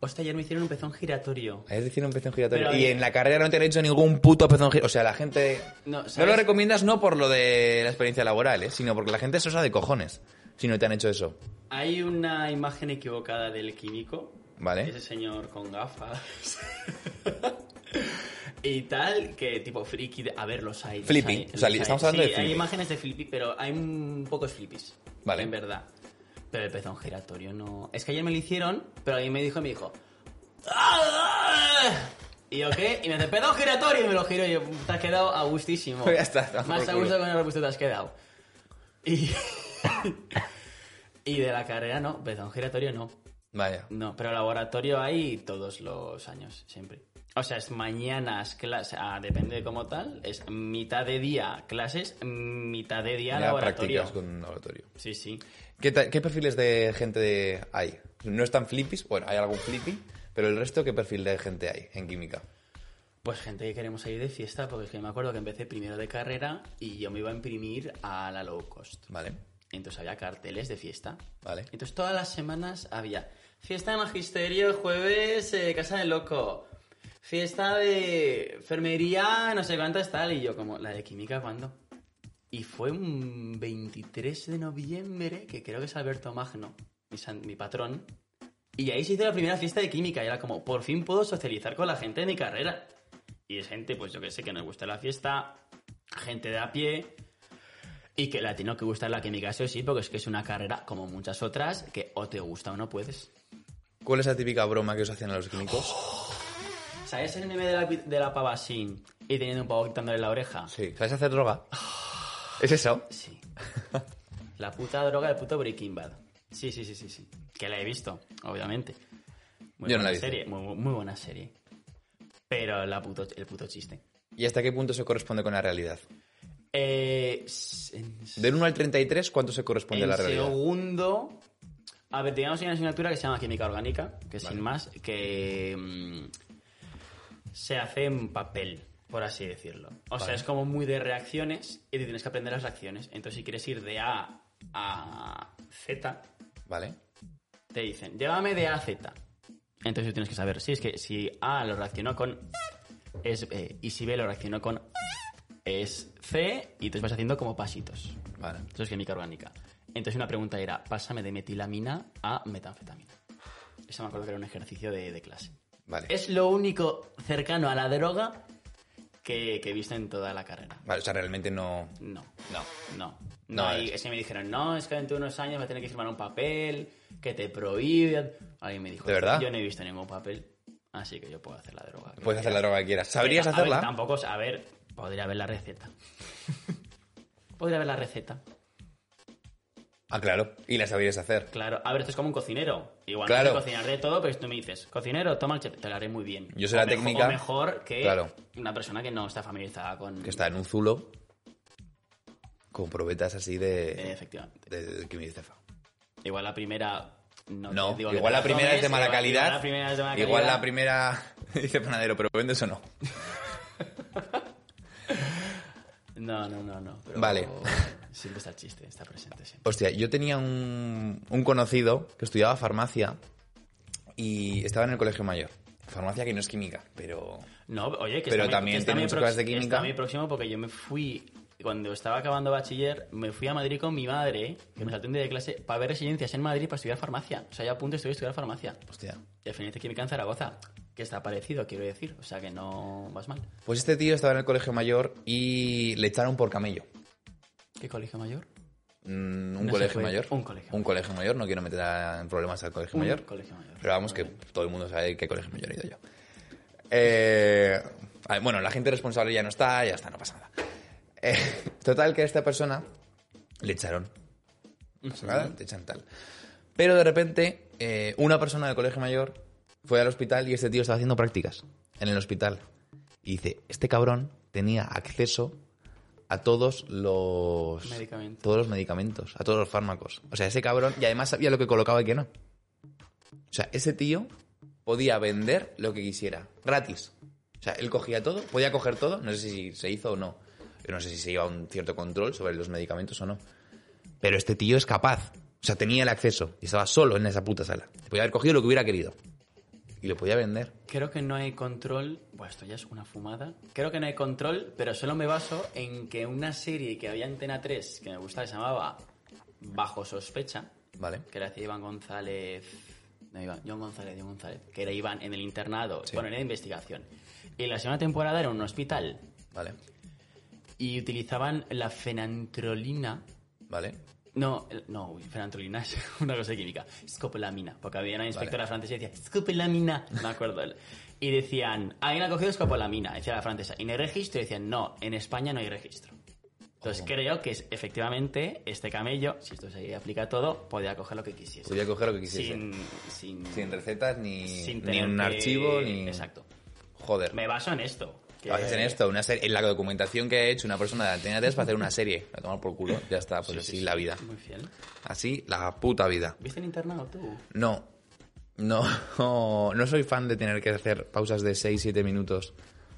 [SPEAKER 2] Hostia, ayer me hicieron un pezón giratorio.
[SPEAKER 1] Es decir, un pezón giratorio.
[SPEAKER 2] Pero,
[SPEAKER 1] y
[SPEAKER 2] eh,
[SPEAKER 1] en la carrera no te han hecho ningún puto pezón giratorio. O sea, la gente...
[SPEAKER 2] No,
[SPEAKER 1] No,
[SPEAKER 2] ¿sabes?
[SPEAKER 1] lo recomiendas no por lo de la experiencia laboral, ¿eh? sino porque la gente es osa de cojones si no te han hecho eso.
[SPEAKER 2] Hay una imagen equivocada del químico.
[SPEAKER 1] Vale.
[SPEAKER 2] Ese señor con gafas. y tal, que tipo friki. de- A ver, los hay. los
[SPEAKER 1] Flippy.
[SPEAKER 2] hay,
[SPEAKER 1] O sea,
[SPEAKER 2] los
[SPEAKER 1] estamos
[SPEAKER 2] hay.
[SPEAKER 1] hablando
[SPEAKER 2] Sí,
[SPEAKER 1] de
[SPEAKER 2] Hay
[SPEAKER 1] flippy.
[SPEAKER 2] imágenes de flippy, pero hay un pocos flippies.
[SPEAKER 1] Vale.
[SPEAKER 2] En verdad. Pero el pezón giratorio no. Es que ayer me lo hicieron, pero alguien me dijo y me dijo. "Ah". ¿Y yo qué? Y me dice, pezón giratorio. Y me lo giro y yo, te has quedado a gustísimo.
[SPEAKER 1] Ya está, está
[SPEAKER 2] Más
[SPEAKER 1] por
[SPEAKER 2] a
[SPEAKER 1] culo.
[SPEAKER 2] gusto que en el repuesto te has quedado. Y. Y de la carrera no, perdón, giratorio no.
[SPEAKER 1] Vaya.
[SPEAKER 2] No, pero laboratorio hay todos los años, siempre. O sea, es mañanas clases, depende de cómo tal, es mitad de día clases, mitad de día
[SPEAKER 1] Ya
[SPEAKER 2] laboratorio.
[SPEAKER 1] practicas con laboratorio.
[SPEAKER 2] Sí, sí.
[SPEAKER 1] ¿Qué, ta- qué perfiles de gente de- hay? ¿No están flippies? Bueno, hay algún flippy, pero el resto, ¿qué perfil de gente hay en química?
[SPEAKER 2] Pues gente que queremos ir de fiesta, porque es que me acuerdo que empecé primero de carrera y yo me iba a imprimir a la low cost.
[SPEAKER 1] Vale,
[SPEAKER 2] Entonces había carteles de fiesta.
[SPEAKER 1] vale.
[SPEAKER 2] Entonces todas las semanas había fiesta de magisterio el jueves, eh, casa de loco, fiesta de enfermería, no sé cuántas tal, y yo como, ¿la de química cuándo? Y fue un 23 de noviembre, que creo que es Alberto Magno, mi, san- mi patrón, y ahí se hizo la primera fiesta de química, y era como, por fin puedo socializar con la gente de mi carrera. Y es gente, pues yo que sé, que nos gusta la fiesta, gente de a pie, y que la tiene que gustar la química, sí o sí, porque es que es una carrera, como muchas otras, que o te gusta o no puedes.
[SPEAKER 1] ¿Cuál es la típica broma que os hacían a los químicos?
[SPEAKER 2] ¿Sabes el meme de la, de la pava así y teniendo un pavo quitándole la oreja?
[SPEAKER 1] Sí. ¿Sabes hacer droga? ¿Es eso?
[SPEAKER 2] Sí. La puta droga del puto Breaking Bad. Sí, sí, sí, sí, sí. Que la he visto, obviamente. Muy
[SPEAKER 1] Yo
[SPEAKER 2] buena
[SPEAKER 1] no la he visto.
[SPEAKER 2] serie, muy, muy- muy buena serie. Pero la puto, el puto chiste.
[SPEAKER 1] ¿Y hasta qué punto se corresponde con la realidad?
[SPEAKER 2] Eh, s- en-
[SPEAKER 1] Del 1 al 33, ¿cuánto se corresponde a la
[SPEAKER 2] En
[SPEAKER 1] realidad?
[SPEAKER 2] segundo, a ver, teníamos una asignatura que se llama química orgánica, que
[SPEAKER 1] Vale.
[SPEAKER 2] sin más, que mm, se hace en papel, por así decirlo. O sea,
[SPEAKER 1] Vale.
[SPEAKER 2] es como muy de reacciones y te tienes que aprender las reacciones. Entonces, si quieres ir de A a Z,
[SPEAKER 1] Vale.
[SPEAKER 2] te dicen, llévame de A a Z. Entonces tú tienes que saber, si es que si A lo reaccionó con es B y si B lo reaccionó con es C y entonces vas haciendo como pasitos.
[SPEAKER 1] Vale.
[SPEAKER 2] Eso es química orgánica. Entonces una pregunta era, pásame de metilamina a metanfetamina. Eso me acuerdo que era un ejercicio de, de clase.
[SPEAKER 1] Vale.
[SPEAKER 2] Es lo único cercano a la droga que, que he visto en toda la carrera.
[SPEAKER 1] Vale, o sea, realmente no.
[SPEAKER 2] No,
[SPEAKER 1] No.
[SPEAKER 2] no.
[SPEAKER 1] No
[SPEAKER 2] No, hay-
[SPEAKER 1] es.
[SPEAKER 2] ese me dijeron, no, es que dentro de unos años va a tener que firmar un papel que te prohíben. Alguien me dijo,
[SPEAKER 1] ¿De verdad?
[SPEAKER 2] yo no he visto ningún papel, así que yo puedo hacer la droga.
[SPEAKER 1] Puedes hacer la droga que quieras. ¿Sabrías
[SPEAKER 2] A ver,
[SPEAKER 1] hacerla?
[SPEAKER 2] tampoco, a ver, podría ver la receta. podría ver la receta.
[SPEAKER 1] Ah, claro. Y la sabrías hacer.
[SPEAKER 2] Claro, a ver, esto es como un cocinero. Igual
[SPEAKER 1] Claro.
[SPEAKER 2] no sé cocinar de todo, pero si tú me dices, cocinero, toma el chef, te lo haré muy bien.
[SPEAKER 1] Yo sé la
[SPEAKER 2] O mejo-
[SPEAKER 1] técnica.
[SPEAKER 2] o mejor que
[SPEAKER 1] Claro.
[SPEAKER 2] una persona que no está familiarizada con.
[SPEAKER 1] Que está en un zulo. Con probetas así
[SPEAKER 2] Eh,
[SPEAKER 1] de.
[SPEAKER 2] efectivamente.
[SPEAKER 1] de, de quimicefa.
[SPEAKER 2] Igual la primera. No,
[SPEAKER 1] No,
[SPEAKER 2] te digo que
[SPEAKER 1] igual
[SPEAKER 2] te
[SPEAKER 1] la primera
[SPEAKER 2] tomes,
[SPEAKER 1] es de mala
[SPEAKER 2] igual-
[SPEAKER 1] calidad.
[SPEAKER 2] Igual la primera es de mala
[SPEAKER 1] Igual
[SPEAKER 2] calidad.
[SPEAKER 1] la primera. Dice panadero, pero vendes o no.
[SPEAKER 2] No, no, no, no. pero
[SPEAKER 1] Vale.
[SPEAKER 2] Siempre está el chiste, está presente siempre.
[SPEAKER 1] Hostia, yo tenía un, un conocido que estudiaba farmacia y estaba en el colegio mayor. Farmacia que no es química, pero.
[SPEAKER 2] No, oye, que
[SPEAKER 1] Pero
[SPEAKER 2] está mi-
[SPEAKER 1] también
[SPEAKER 2] que está
[SPEAKER 1] tiene
[SPEAKER 2] mi
[SPEAKER 1] muchas
[SPEAKER 2] prox-
[SPEAKER 1] cosas de química.
[SPEAKER 2] Está mi próximo porque yo me fui, cuando estaba acabando bachiller, me fui a Madrid con mi madre, que me saltó un día de clase, para ver residencias en Madrid para estudiar farmacia. O sea, ya a punto estoy de estudiar farmacia.
[SPEAKER 1] Hostia.
[SPEAKER 2] Y al final hice química en Zaragoza, que está parecido, quiero decir. O sea, que no vas mal.
[SPEAKER 1] Pues este tío estaba en el colegio mayor y le echaron por camello.
[SPEAKER 2] ¿Qué colegio mayor?
[SPEAKER 1] Mm, un
[SPEAKER 2] No se
[SPEAKER 1] colegio
[SPEAKER 2] puede.
[SPEAKER 1] mayor.
[SPEAKER 2] Un colegio.
[SPEAKER 1] Un colegio mayor, no quiero meter a- en problemas al colegio
[SPEAKER 2] Un
[SPEAKER 1] mayor.
[SPEAKER 2] colegio mayor.
[SPEAKER 1] Pero vamos, que todo el mundo sabe qué colegio mayor he ido yo. Eh, a ver, bueno, la gente responsable ya no está, ya está, no pasa nada. Eh, total, que a esta persona le echaron. No pasa nada, te echan tal. Pero de repente, eh, una persona del colegio mayor fue al hospital y este tío estaba haciendo prácticas en el hospital. Y dice, este cabrón tenía acceso a todos los
[SPEAKER 2] Medicamentos.
[SPEAKER 1] todos los medicamentos, a todos los fármacos. O sea, ese cabrón y además sabía lo que colocaba y que no. O sea, ese tío podía vender lo que quisiera, gratis. O sea, él cogía todo, podía coger todo, no sé si se hizo o no. Yo no sé si se lleva un cierto control sobre los medicamentos o no. Pero este tío es capaz. O sea, tenía el acceso y estaba solo en esa puta sala. Podía haber cogido lo que hubiera querido. Y lo podía vender.
[SPEAKER 2] Creo que no hay control. Bueno, esto ya es una fumada. Creo que no hay control, pero solo me baso en que una serie que había en Antena 3 que me gustaba, que se llamaba Bajo Sospecha,
[SPEAKER 1] Vale.
[SPEAKER 2] que la hacía Iván González. No, Iván, John González, John González, que era Iván en el internado, bueno, era de investigación. Y la segunda temporada era un hospital
[SPEAKER 1] Vale.
[SPEAKER 2] y utilizaban la fenantrolina
[SPEAKER 1] Vale.
[SPEAKER 2] No, el- no, uy, fenantrolina es una cosa de química. Escopolamina, porque había una inspectora francesa y decía, escopolamina, me acuerdo. Y decían, alguien ha cogido escopolamina, decía la francesa. Y no hay registro, y decían, no, en España no hay registro. Entonces creo que es- efectivamente este camello, si esto se aplica a todo, podía coger lo que quisiese.
[SPEAKER 1] Podía coger lo que quisiese.
[SPEAKER 2] sin, sin,
[SPEAKER 1] Sin recetas, ni,
[SPEAKER 2] sin
[SPEAKER 1] ni
[SPEAKER 2] tener
[SPEAKER 1] un
[SPEAKER 2] que-
[SPEAKER 1] archivo, ni.
[SPEAKER 2] Exacto.
[SPEAKER 1] Joder.
[SPEAKER 2] Me baso en esto. que-
[SPEAKER 1] Haces en esto, una serie, en la documentación que ha hecho una persona de Antena 3 para hacer una serie. La tomar por culo, ya está, pues
[SPEAKER 2] Sí,
[SPEAKER 1] así
[SPEAKER 2] sí, sí.
[SPEAKER 1] la vida.
[SPEAKER 2] Muy fiel.
[SPEAKER 1] Así la puta vida.
[SPEAKER 2] ¿Viste en internado tú?
[SPEAKER 1] No, no, no, soy fan de tener que hacer pausas de 6-7 minutos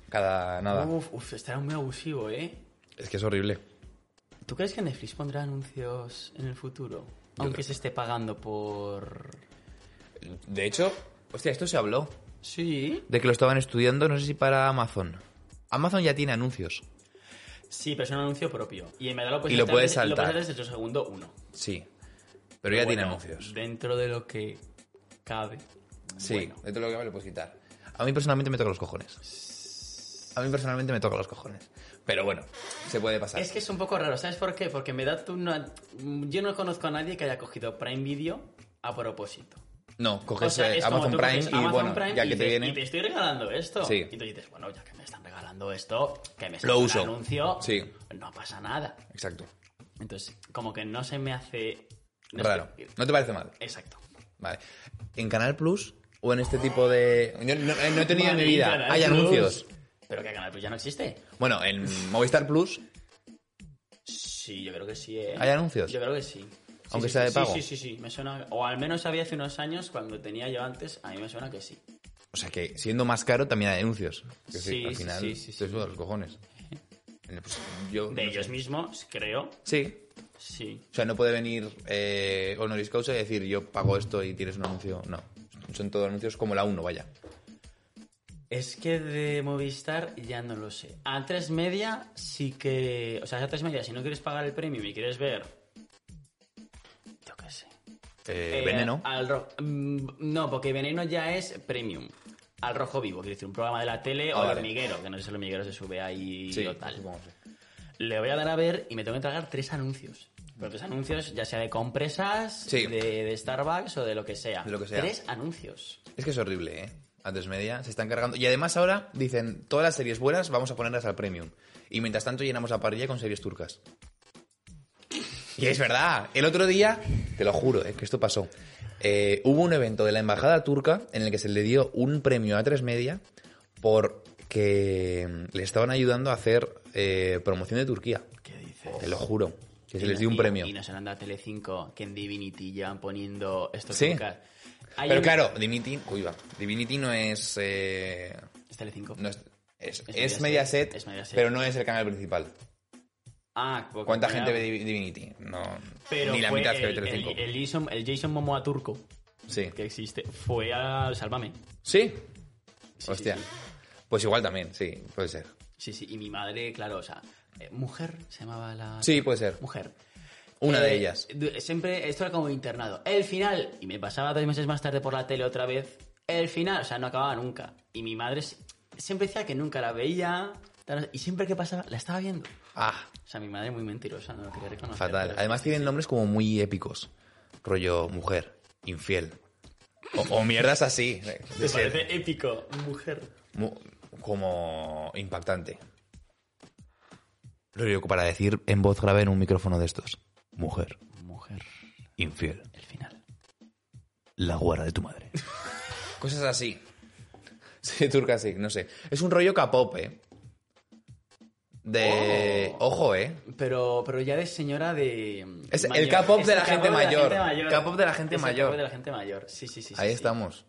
[SPEAKER 1] cada nada.
[SPEAKER 2] Uf, uf, estará muy abusivo, ¿eh?
[SPEAKER 1] Es que es horrible.
[SPEAKER 2] ¿Tú crees que Netflix pondrá anuncios en el futuro? Aunque se esté pagando por...
[SPEAKER 1] De hecho, hostia, esto se habló.
[SPEAKER 2] Sí.
[SPEAKER 1] De que lo estaban estudiando, no sé si para Amazon. Amazon ya tiene anuncios.
[SPEAKER 2] Sí, pero es un anuncio propio. Y en verdad lo puedes
[SPEAKER 1] Y lo
[SPEAKER 2] saltar
[SPEAKER 1] puedes
[SPEAKER 2] desde-
[SPEAKER 1] saltar.
[SPEAKER 2] puedes saltar desde el segundo uno.
[SPEAKER 1] Sí. Pero ya
[SPEAKER 2] Bueno,
[SPEAKER 1] tiene anuncios.
[SPEAKER 2] Dentro de lo que cabe.
[SPEAKER 1] Sí,
[SPEAKER 2] Bueno.
[SPEAKER 1] de todo lo que vale, puedes quitar. A mí personalmente me toca los cojones. A mí personalmente me toca los cojones. Pero bueno, se puede pasar.
[SPEAKER 2] Es que es un poco raro, ¿sabes por qué? Porque me da tú no... Yo no conozco a nadie que haya cogido Prime Video a propósito.
[SPEAKER 1] No, coges
[SPEAKER 2] O sea,
[SPEAKER 1] eh,
[SPEAKER 2] es como
[SPEAKER 1] Amazon
[SPEAKER 2] tú
[SPEAKER 1] Prime
[SPEAKER 2] coges
[SPEAKER 1] y
[SPEAKER 2] Amazon
[SPEAKER 1] bueno,
[SPEAKER 2] Prime
[SPEAKER 1] ya
[SPEAKER 2] y
[SPEAKER 1] que te
[SPEAKER 2] dices,
[SPEAKER 1] viene.
[SPEAKER 2] Y te estoy regalando esto.
[SPEAKER 1] Sí.
[SPEAKER 2] Y tú dices, bueno, ya que me están regalando esto, que
[SPEAKER 1] Lo
[SPEAKER 2] me están
[SPEAKER 1] uso.
[SPEAKER 2] anuncio,
[SPEAKER 1] Sí.
[SPEAKER 2] no pasa nada.
[SPEAKER 1] Exacto.
[SPEAKER 2] Entonces, como que no se me hace... no sé-
[SPEAKER 1] Raro. ¿No te parece mal?
[SPEAKER 2] Exacto.
[SPEAKER 1] Vale. ¿En Canal Plus o en este tipo de.? Yo no, eh, no he tenido en mi vida.
[SPEAKER 2] Canal
[SPEAKER 1] Hay
[SPEAKER 2] Plus.
[SPEAKER 1] anuncios.
[SPEAKER 2] Pero que Canal Plus ya no existe.
[SPEAKER 1] Bueno, en Movistar Plus,
[SPEAKER 2] Sí, yo creo que sí, ¿eh?
[SPEAKER 1] ¿Hay anuncios?
[SPEAKER 2] Yo creo que sí. Sí,
[SPEAKER 1] Aunque
[SPEAKER 2] sí,
[SPEAKER 1] sea de
[SPEAKER 2] sí,
[SPEAKER 1] pago.
[SPEAKER 2] Sí, sí, sí, me suena... O al menos había hace unos años, cuando tenía yo antes, a mí me suena que sí.
[SPEAKER 1] o sea que siendo más caro también hay anuncios. Que
[SPEAKER 2] Sí,
[SPEAKER 1] al
[SPEAKER 2] sí,
[SPEAKER 1] final
[SPEAKER 2] sí, sí, sí.
[SPEAKER 1] te suda los cojones. Pues yo,
[SPEAKER 2] De
[SPEAKER 1] no
[SPEAKER 2] ellos
[SPEAKER 1] sé.
[SPEAKER 2] mismos, creo,
[SPEAKER 1] Sí.
[SPEAKER 2] sí.
[SPEAKER 1] O sea, no puede venir eh, honoris causa y decir yo pago esto y tienes un anuncio. No. Son todos anuncios como la 1, vaya.
[SPEAKER 2] Es que de Movistar ya no lo sé. A tres media sí que. O sea, a tres media, si no quieres pagar el premium y quieres ver. Yo qué sé.
[SPEAKER 1] Eh,
[SPEAKER 2] Eh,
[SPEAKER 1] veneno.
[SPEAKER 2] al ro- mm, No, porque Veneno ya es premium. Al Rojo Vivo, quiere decir un programa de la tele
[SPEAKER 1] Ah,
[SPEAKER 2] o El
[SPEAKER 1] vale.
[SPEAKER 2] Hormiguero, que no sé si El Hormiguero se sube ahí
[SPEAKER 1] sí,
[SPEAKER 2] o tal.
[SPEAKER 1] supongo que sí.
[SPEAKER 2] Le voy a dar a ver y me tengo que tragar tres anuncios. Pero tres anuncios, ya sea de compresas,
[SPEAKER 1] Sí.
[SPEAKER 2] de, de Starbucks o de lo que sea.
[SPEAKER 1] De lo que sea.
[SPEAKER 2] Tres anuncios.
[SPEAKER 1] Es que es horrible, ¿eh? A tres media se están cargando. Y además ahora dicen, todas las series buenas vamos a ponerlas al premium. Y mientras tanto llenamos la parrilla con series turcas. Y es verdad, el otro día, te lo juro, ¿eh? que esto pasó. Eh, hubo un evento de la embajada turca en el que se le dio un premio a tres media porque le estaban ayudando a hacer eh, promoción de Turquía.
[SPEAKER 2] ¿Qué dices?
[SPEAKER 1] Te lo juro, que se
[SPEAKER 2] Y
[SPEAKER 1] les
[SPEAKER 2] no-
[SPEAKER 1] dio un
[SPEAKER 2] y-
[SPEAKER 1] premio.
[SPEAKER 2] Y nos han dado a Telecinco que en Divinity llevan poniendo estos
[SPEAKER 1] Sí.
[SPEAKER 2] podcasts. Hay
[SPEAKER 1] Pero
[SPEAKER 2] un-
[SPEAKER 1] claro, Divinity, uy, va, Divinity no es... eh,
[SPEAKER 2] Es Telecinco.
[SPEAKER 1] No es, es, es
[SPEAKER 2] Es Mediaset,
[SPEAKER 1] Mediaset,
[SPEAKER 2] es Mediaset.
[SPEAKER 1] pero no es el canal principal.
[SPEAKER 2] Ah, porque-
[SPEAKER 1] ¿Cuánta
[SPEAKER 2] mira,
[SPEAKER 1] gente ve Divi- Divinity? No,
[SPEAKER 2] Pero
[SPEAKER 1] ni la
[SPEAKER 2] fue
[SPEAKER 1] mitad que ve
[SPEAKER 2] el, el,
[SPEAKER 1] 35.
[SPEAKER 2] el Jason, el Jason Momoa turco
[SPEAKER 1] sí.
[SPEAKER 2] que existe fue al Sálvame.
[SPEAKER 1] ¿Sí?
[SPEAKER 2] Sí,
[SPEAKER 1] Hostia.
[SPEAKER 2] sí,
[SPEAKER 1] Pues igual también, sí, puede ser.
[SPEAKER 2] Sí, sí, y mi madre, claro, o sea, eh, mujer se llamaba la...
[SPEAKER 1] Sí, puede ser.
[SPEAKER 2] Mujer.
[SPEAKER 1] Una de
[SPEAKER 2] Ah, Eh,
[SPEAKER 1] ellas.
[SPEAKER 2] du- Siempre, esto era como internado. El final, y me pasaba dos meses más tarde por la tele otra vez, el final, o sea, no acababa nunca. Y mi madre si- siempre decía que nunca la veía, tal, y siempre que pasaba, la estaba viendo.
[SPEAKER 1] Ah,
[SPEAKER 2] O sea, mi madre muy mentirosa, no lo quería reconocer.
[SPEAKER 1] fatal.
[SPEAKER 2] pero-
[SPEAKER 1] Además tienen nombres como muy épicos. Rollo mujer, infiel. O, o mierdas así.
[SPEAKER 2] ¿Te
[SPEAKER 1] Es que-
[SPEAKER 2] parece épico, mujer?
[SPEAKER 1] mu- como impactante. Rollo para decir en voz grave en un micrófono de estos. Mujer,
[SPEAKER 2] Mujer,
[SPEAKER 1] infiel.
[SPEAKER 2] el final.
[SPEAKER 1] la guarda de tu madre. Cosas así. Sí, turca sí, no sé. Es un rollo K-pop, ¿eh? De...
[SPEAKER 2] Oh.
[SPEAKER 1] Ojo, ¿eh?
[SPEAKER 2] Pero, pero ya de señora de...
[SPEAKER 1] Es el
[SPEAKER 2] mayor.
[SPEAKER 1] K-pop
[SPEAKER 2] Es
[SPEAKER 1] de
[SPEAKER 2] el
[SPEAKER 1] la gente
[SPEAKER 2] K-pop de la
[SPEAKER 1] mayor.
[SPEAKER 2] gente mayor.
[SPEAKER 1] K-pop de la gente
[SPEAKER 2] Es el
[SPEAKER 1] mayor.
[SPEAKER 2] K-pop de la gente mayor, sí, sí, sí. sí,
[SPEAKER 1] Ahí
[SPEAKER 2] sí.
[SPEAKER 1] estamos.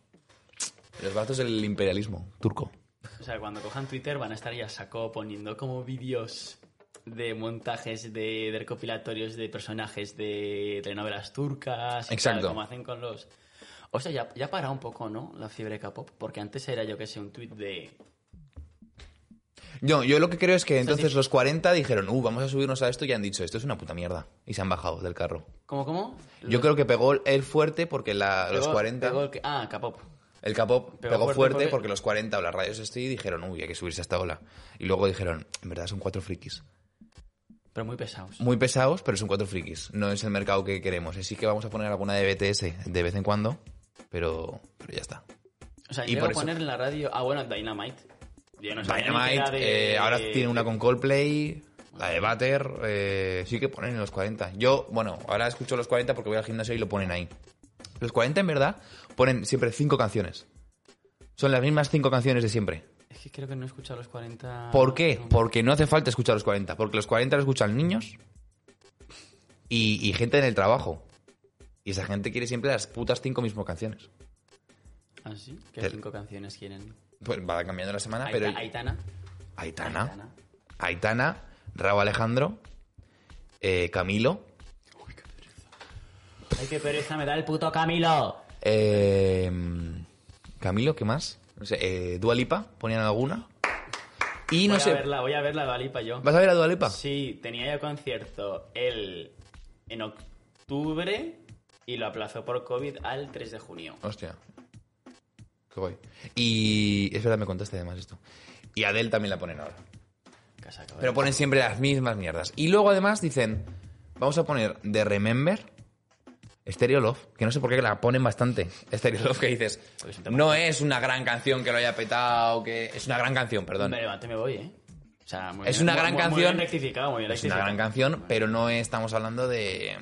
[SPEAKER 1] Los brazos del imperialismo turco.
[SPEAKER 2] O sea, cuando cojan Twitter van a estar ya saco poniendo como vídeos de montajes de, de recopilatorios de personajes de telenovelas turcas. y
[SPEAKER 1] Exacto.
[SPEAKER 2] tal, como hacen con los. O sea, ya, ya para un poco, ¿no? La fiebre K-pop. Porque antes era, yo que sé, un tweet de.
[SPEAKER 1] Yo, yo lo que creo es que entonces
[SPEAKER 2] sí.
[SPEAKER 1] los 40 dijeron, uh, vamos a subirnos a esto y han dicho, esto es una puta mierda. Y se han bajado del carro.
[SPEAKER 2] ¿Cómo, cómo?
[SPEAKER 1] Yo creo que pegó el fuerte porque la, los 40...
[SPEAKER 2] ah, K-pop.
[SPEAKER 1] El K-pop
[SPEAKER 2] Pegó
[SPEAKER 1] pegó,
[SPEAKER 2] fuerte
[SPEAKER 1] fuerte,
[SPEAKER 2] porque-
[SPEAKER 1] porque... los 40 o las radios estoy y dijeron, uy, hay que subirse a esta ola. Y luego dijeron, en verdad son cuatro frikis.
[SPEAKER 2] Pero muy pesados.
[SPEAKER 1] Muy pesados, pero son cuatro frikis. No es el mercado que queremos. Así que vamos a poner alguna de BTS de vez en cuando, pero, pero ya está.
[SPEAKER 2] O sea,
[SPEAKER 1] y
[SPEAKER 2] llego
[SPEAKER 1] por
[SPEAKER 2] a
[SPEAKER 1] eso-
[SPEAKER 2] poner en la radio. Ah, bueno, Dynamite. Yo no sabía ni que
[SPEAKER 1] Dynamite,
[SPEAKER 2] era de-
[SPEAKER 1] eh, ahora tiene una con Coldplay, la de Butter, eh, sí que ponen en los 40. Yo, bueno, ahora escucho los 40 porque voy al gimnasio y lo ponen ahí. Los 40 en verdad ponen siempre cinco canciones. Son las mismas cinco canciones de siempre.
[SPEAKER 2] Es que creo que no he escuchado los 40.
[SPEAKER 1] Ah, ¿Por qué?
[SPEAKER 2] No.
[SPEAKER 1] Porque no hace falta escuchar los 40. Porque los 40 lo escuchan niños y, y gente en el trabajo. Y esa gente quiere siempre las putas cinco mismas canciones.
[SPEAKER 2] ¿Ah, sí? ¿Qué
[SPEAKER 1] Te-
[SPEAKER 2] cinco canciones quieren?
[SPEAKER 1] Pues va cambiando la semana, pero...
[SPEAKER 2] Aita- Aitana.
[SPEAKER 1] Aitana. Aitana, Raúl Alejandro, eh, Camilo,
[SPEAKER 2] Ay, qué pereza me da el puto Camilo.
[SPEAKER 1] eh, Camilo, ¿qué más? No sé, eh, Dualipa, ponían alguna. Y no
[SPEAKER 2] voy
[SPEAKER 1] sé,
[SPEAKER 2] a verla, voy a verla, Dualipa, yo.
[SPEAKER 1] ¿vas a ver a Dualipa?
[SPEAKER 2] Sí, tenía ya concierto el en octubre y lo aplazó por COVID al 3 de junio.
[SPEAKER 1] Hostia. Qué guay. Y es verdad, me contaste además esto. Y Adele también la ponen ahora.
[SPEAKER 2] Casa,
[SPEAKER 1] Pero pues, ponen siempre las mismas mierdas. Y luego además dicen, vamos a poner de Remember Stereo Love, que no sé por qué la ponen bastante. Stereo Love que dices,
[SPEAKER 2] Pues te-
[SPEAKER 1] no es una gran canción que lo haya petado, que es una gran canción, perdón.
[SPEAKER 2] Me levanto y me voy, ¿eh? O sea, muy
[SPEAKER 1] Es
[SPEAKER 2] bien,
[SPEAKER 1] una gran
[SPEAKER 2] muy- muy-
[SPEAKER 1] canción.
[SPEAKER 2] Muy bien rectificado, muy bien
[SPEAKER 1] Es una gran
[SPEAKER 2] rectificado.
[SPEAKER 1] canción, pero no estamos hablando de,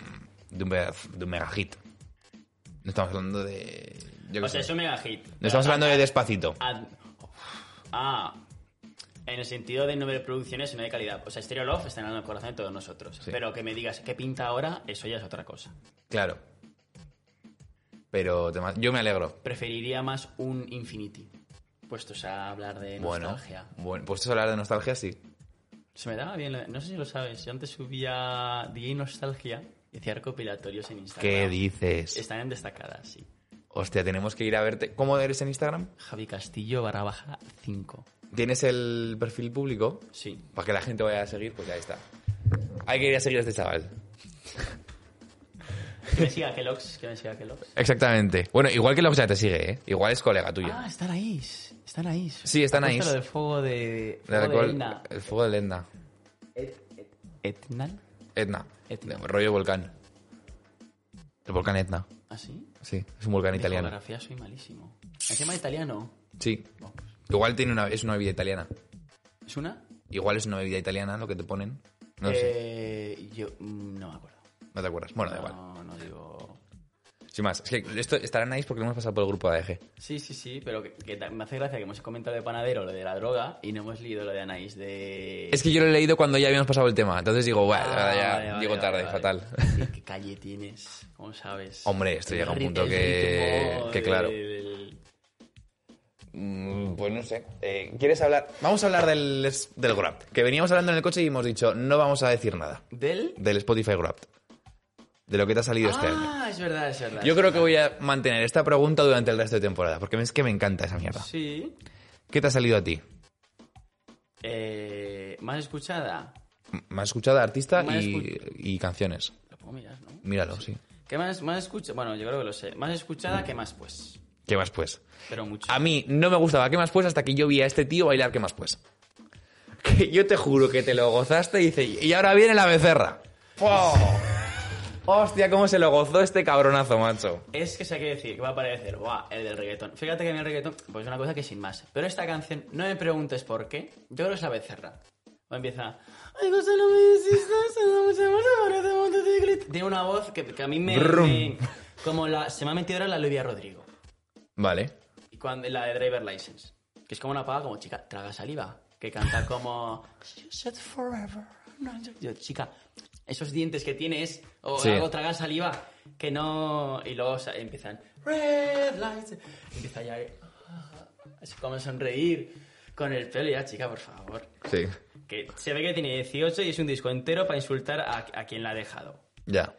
[SPEAKER 1] de, un, mega- de un mega hit. No estamos hablando de... yo qué
[SPEAKER 2] O
[SPEAKER 1] sé.
[SPEAKER 2] sea, es un mega hit.
[SPEAKER 1] No estamos hablando de Despacito.
[SPEAKER 2] Ad- Ah, en el sentido de número de producciones, sino de calidad. O sea, Stereo Love está en el corazón de todos nosotros.
[SPEAKER 1] Sí.
[SPEAKER 2] Pero que me digas qué pinta ahora, eso ya es otra cosa.
[SPEAKER 1] Claro. Pero te ma- yo me alegro.
[SPEAKER 2] Preferiría más un Infinity, puestos a hablar de
[SPEAKER 1] Bueno,
[SPEAKER 2] nostalgia.
[SPEAKER 1] bueno, pues eso hablar de nostalgia, sí.
[SPEAKER 2] Se me daba bien, la- no sé si lo sabes, yo antes subía DJ Nostalgia y hacía recopilatorios en Instagram.
[SPEAKER 1] ¿Qué dices?
[SPEAKER 2] Están en destacadas, sí.
[SPEAKER 1] Hostia, tenemos que ir a verte. ¿Cómo eres en Instagram?
[SPEAKER 2] Javi Castillo barra baja 5.
[SPEAKER 1] ¿Tienes el perfil público?
[SPEAKER 2] Sí.
[SPEAKER 1] Para que la gente vaya a seguir, pues ahí está. Hay que ir a seguir a este chaval.
[SPEAKER 2] Que me siga Kellogg's, que me siga Kellogg's.
[SPEAKER 1] Exactamente. Bueno, igual que la ya te sigue, ¿eh? Igual es colega tuyo.
[SPEAKER 2] Ah, están ahí, están ahí.
[SPEAKER 1] Sí, están ahí.
[SPEAKER 2] Justo Lo del fuego de...
[SPEAKER 1] De
[SPEAKER 2] fuego
[SPEAKER 1] alcohol-
[SPEAKER 2] de Etna.
[SPEAKER 1] el fuego de Etna.
[SPEAKER 2] ¿Etnal?
[SPEAKER 1] Etna.
[SPEAKER 2] Etna.
[SPEAKER 1] No, rollo volcán. El volcán Etna.
[SPEAKER 2] ¿Ah, sí?
[SPEAKER 1] Sí, es un volcán
[SPEAKER 2] De
[SPEAKER 1] italiano.
[SPEAKER 2] geografía soy malísimo. Encima de italiano.
[SPEAKER 1] Sí. Igual tiene una, es una bebida italiana.
[SPEAKER 2] ¿Es una?
[SPEAKER 1] Igual es una bebida italiana lo que te ponen. No lo sé.
[SPEAKER 2] eh, Yo mm, no me acuerdo.
[SPEAKER 1] No te acuerdas. Bueno, da igual.
[SPEAKER 2] No, no digo...
[SPEAKER 1] Sin más, es que esto estará nice porque lo hemos pasado por el grupo E de AEG.
[SPEAKER 2] Sí, sí, sí, pero que, que ta- me hace gracia que hemos comentado de panadero lo de la droga y no hemos leído lo de Anaís de...
[SPEAKER 1] Es que yo lo he leído cuando ya habíamos pasado el tema, entonces digo, bueno,
[SPEAKER 2] Ah,
[SPEAKER 1] ya
[SPEAKER 2] vale, vale,
[SPEAKER 1] llego
[SPEAKER 2] vale,
[SPEAKER 1] tarde,
[SPEAKER 2] vale.
[SPEAKER 1] fatal.
[SPEAKER 2] Sí, ¿Qué calle tienes? ¿Cómo sabes?
[SPEAKER 1] Hombre, esto
[SPEAKER 2] El
[SPEAKER 1] llega a un
[SPEAKER 2] rit-
[SPEAKER 1] punto
[SPEAKER 2] el
[SPEAKER 1] que-
[SPEAKER 2] ritmo
[SPEAKER 1] que claro.
[SPEAKER 2] del-
[SPEAKER 1] Mm, Pues no sé. Eh, ¿Quieres hablar? Vamos a hablar del, es- del Grab. Que veníamos hablando en el coche y hemos dicho, no vamos a decir nada.
[SPEAKER 2] ¿Del?
[SPEAKER 1] Del Spotify Grab. De lo que te ha salido este año.
[SPEAKER 2] Ah, es verdad, es verdad.
[SPEAKER 1] Yo
[SPEAKER 2] es
[SPEAKER 1] creo que
[SPEAKER 2] verdad.
[SPEAKER 1] voy a mantener esta pregunta durante el resto de temporada, porque es que me encanta esa mierda.
[SPEAKER 2] Sí.
[SPEAKER 1] ¿Qué te ha salido a ti?
[SPEAKER 2] Eh, ¿Más escuchada?
[SPEAKER 1] M- Me has escuchado artista
[SPEAKER 2] Me has
[SPEAKER 1] y, y canciones.
[SPEAKER 2] Lo puedo mirar, ¿no?
[SPEAKER 1] Míralo, sí.
[SPEAKER 2] ¿Qué más, más escuchada? Bueno, yo creo que lo sé. ¿Más escuchada que más pues?
[SPEAKER 1] ¿Qué más pues?
[SPEAKER 2] Pero mucho.
[SPEAKER 1] A mí no me gustaba ¿Qué más pues? hasta que yo vi a este tío bailar ¿Qué más pues? Que yo te juro que te lo gozaste y dice, y ahora viene la becerra. ¡Fua! Hostia, cómo se lo gozó este cabronazo, macho.
[SPEAKER 2] Es que se que decir que va a aparecer, ¡buah! El del reggaetón. Fíjate que a mí el reggaetón, pues es una cosa que sin más. Pero esta canción, no me preguntes por qué, yo creo que es la becerra. O empieza. Ay, cosa no me desistas, no me llamas, aparece un montón de grit-". Tiene una voz que, que a mí me.
[SPEAKER 1] Brum.
[SPEAKER 2] me- como la. Se me ha metido ahora la Olivia Rodrigo.
[SPEAKER 1] Vale.
[SPEAKER 2] Y cuando, la de Driver License. Que es como una paga, como chica, traga saliva. Que canta como. "You said forever. no, yo- Yo, chica, esos dientes que tienes. O
[SPEAKER 1] Sí.
[SPEAKER 2] algo traga saliva. Que no. Y luego o sea, empiezan. Red lights. Empieza ya. eh, Así como a sonreír. Con el pelo ya, chica, por favor.
[SPEAKER 1] Sí.
[SPEAKER 2] Que se ve que tiene 18 y es un disco entero para insultar a, a quien la ha dejado.
[SPEAKER 1] Ya.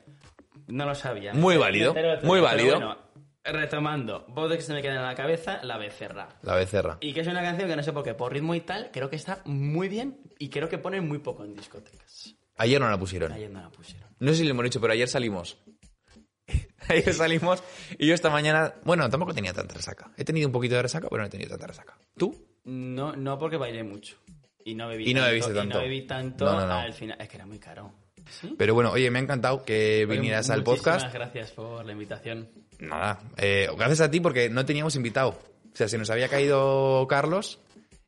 [SPEAKER 2] No lo sabía.
[SPEAKER 1] Muy válido,
[SPEAKER 2] Pero-
[SPEAKER 1] muy
[SPEAKER 2] pero
[SPEAKER 1] válido.
[SPEAKER 2] Bueno, retomando, voz que se me queda en la cabeza, la becerra.
[SPEAKER 1] La becerra.
[SPEAKER 2] Y que es una canción que no sé por qué, por ritmo y tal, creo que está muy bien y creo que ponen muy poco en discotecas.
[SPEAKER 1] Ayer no la pusieron.
[SPEAKER 2] Ayer no la pusieron.
[SPEAKER 1] No sé si lo hemos dicho, pero ayer salimos. ayer salimos y yo esta mañana... Bueno, tampoco tenía tanta resaca. He tenido un poquito de resaca, pero no he tenido tanta resaca. ¿Tú?
[SPEAKER 2] No, no porque bailé mucho. Y no bebí
[SPEAKER 1] Y no
[SPEAKER 2] tanto.
[SPEAKER 1] bebiste tanto.
[SPEAKER 2] Y no bebí tanto
[SPEAKER 1] No, no, no.
[SPEAKER 2] al final. Es que era muy caro. ¿Sí?
[SPEAKER 1] Pero bueno, oye, me ha encantado que vinieras al
[SPEAKER 2] Muchísimas
[SPEAKER 1] podcast.
[SPEAKER 2] gracias por la invitación.
[SPEAKER 1] Nada, eh, gracias a ti porque no teníamos invitado. O sea, se nos había caído Carlos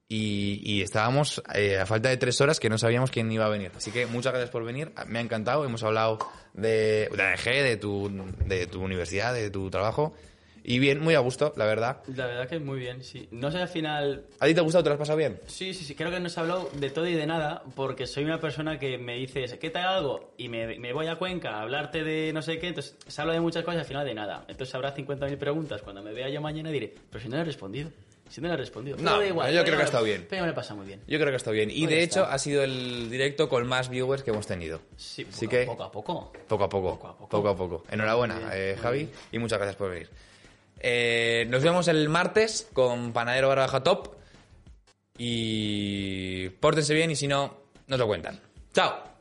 [SPEAKER 1] y, y estábamos eh, a falta de tres horas que no sabíamos quién iba a venir. Así que muchas gracias por venir, me ha E encantado. Hemos hablado de, de AEG, de tu, de tu universidad, de tu trabajo Y bien, muy a gusto, la verdad.
[SPEAKER 2] La verdad que muy bien, sí. No sé al final.
[SPEAKER 1] ¿A ti te ha gustado? ¿Te lo has pasado bien?
[SPEAKER 2] Sí, sí, sí. Creo que no se ha hablado de todo y de nada porque soy una persona que me dices, ¿qué tal algo? Y me, me voy a Cuenca a hablarte de no sé qué. Entonces se habla de muchas cosas y al final de nada. Entonces habrá 50.000 preguntas. Cuando me vea yo mañana diré, pero si no le he respondido. Si no le he respondido. Pero
[SPEAKER 1] No,
[SPEAKER 2] da igual.
[SPEAKER 1] yo
[SPEAKER 2] pero
[SPEAKER 1] creo que ha estado
[SPEAKER 2] me-
[SPEAKER 1] bien.
[SPEAKER 2] Pero me lo he pasado muy bien.
[SPEAKER 1] Yo creo que está bien. Y
[SPEAKER 2] Pues
[SPEAKER 1] de
[SPEAKER 2] ya
[SPEAKER 1] hecho
[SPEAKER 2] está.
[SPEAKER 1] ha sido el directo con más viewers que hemos tenido.
[SPEAKER 2] Sí, poco,
[SPEAKER 1] Así
[SPEAKER 2] a-
[SPEAKER 1] que
[SPEAKER 2] poco a poco.
[SPEAKER 1] poco a poco,
[SPEAKER 2] Poco a poco.
[SPEAKER 1] poco a poco. Enhorabuena,
[SPEAKER 2] Muy bien,
[SPEAKER 1] eh,
[SPEAKER 2] muy
[SPEAKER 1] Javi,
[SPEAKER 2] bien.
[SPEAKER 1] y muchas gracias por venir. Eh, nos vemos el martes con Panadero Barra Baja Top. Y pórtense bien y si no, nos lo cuentan. ¡Chao!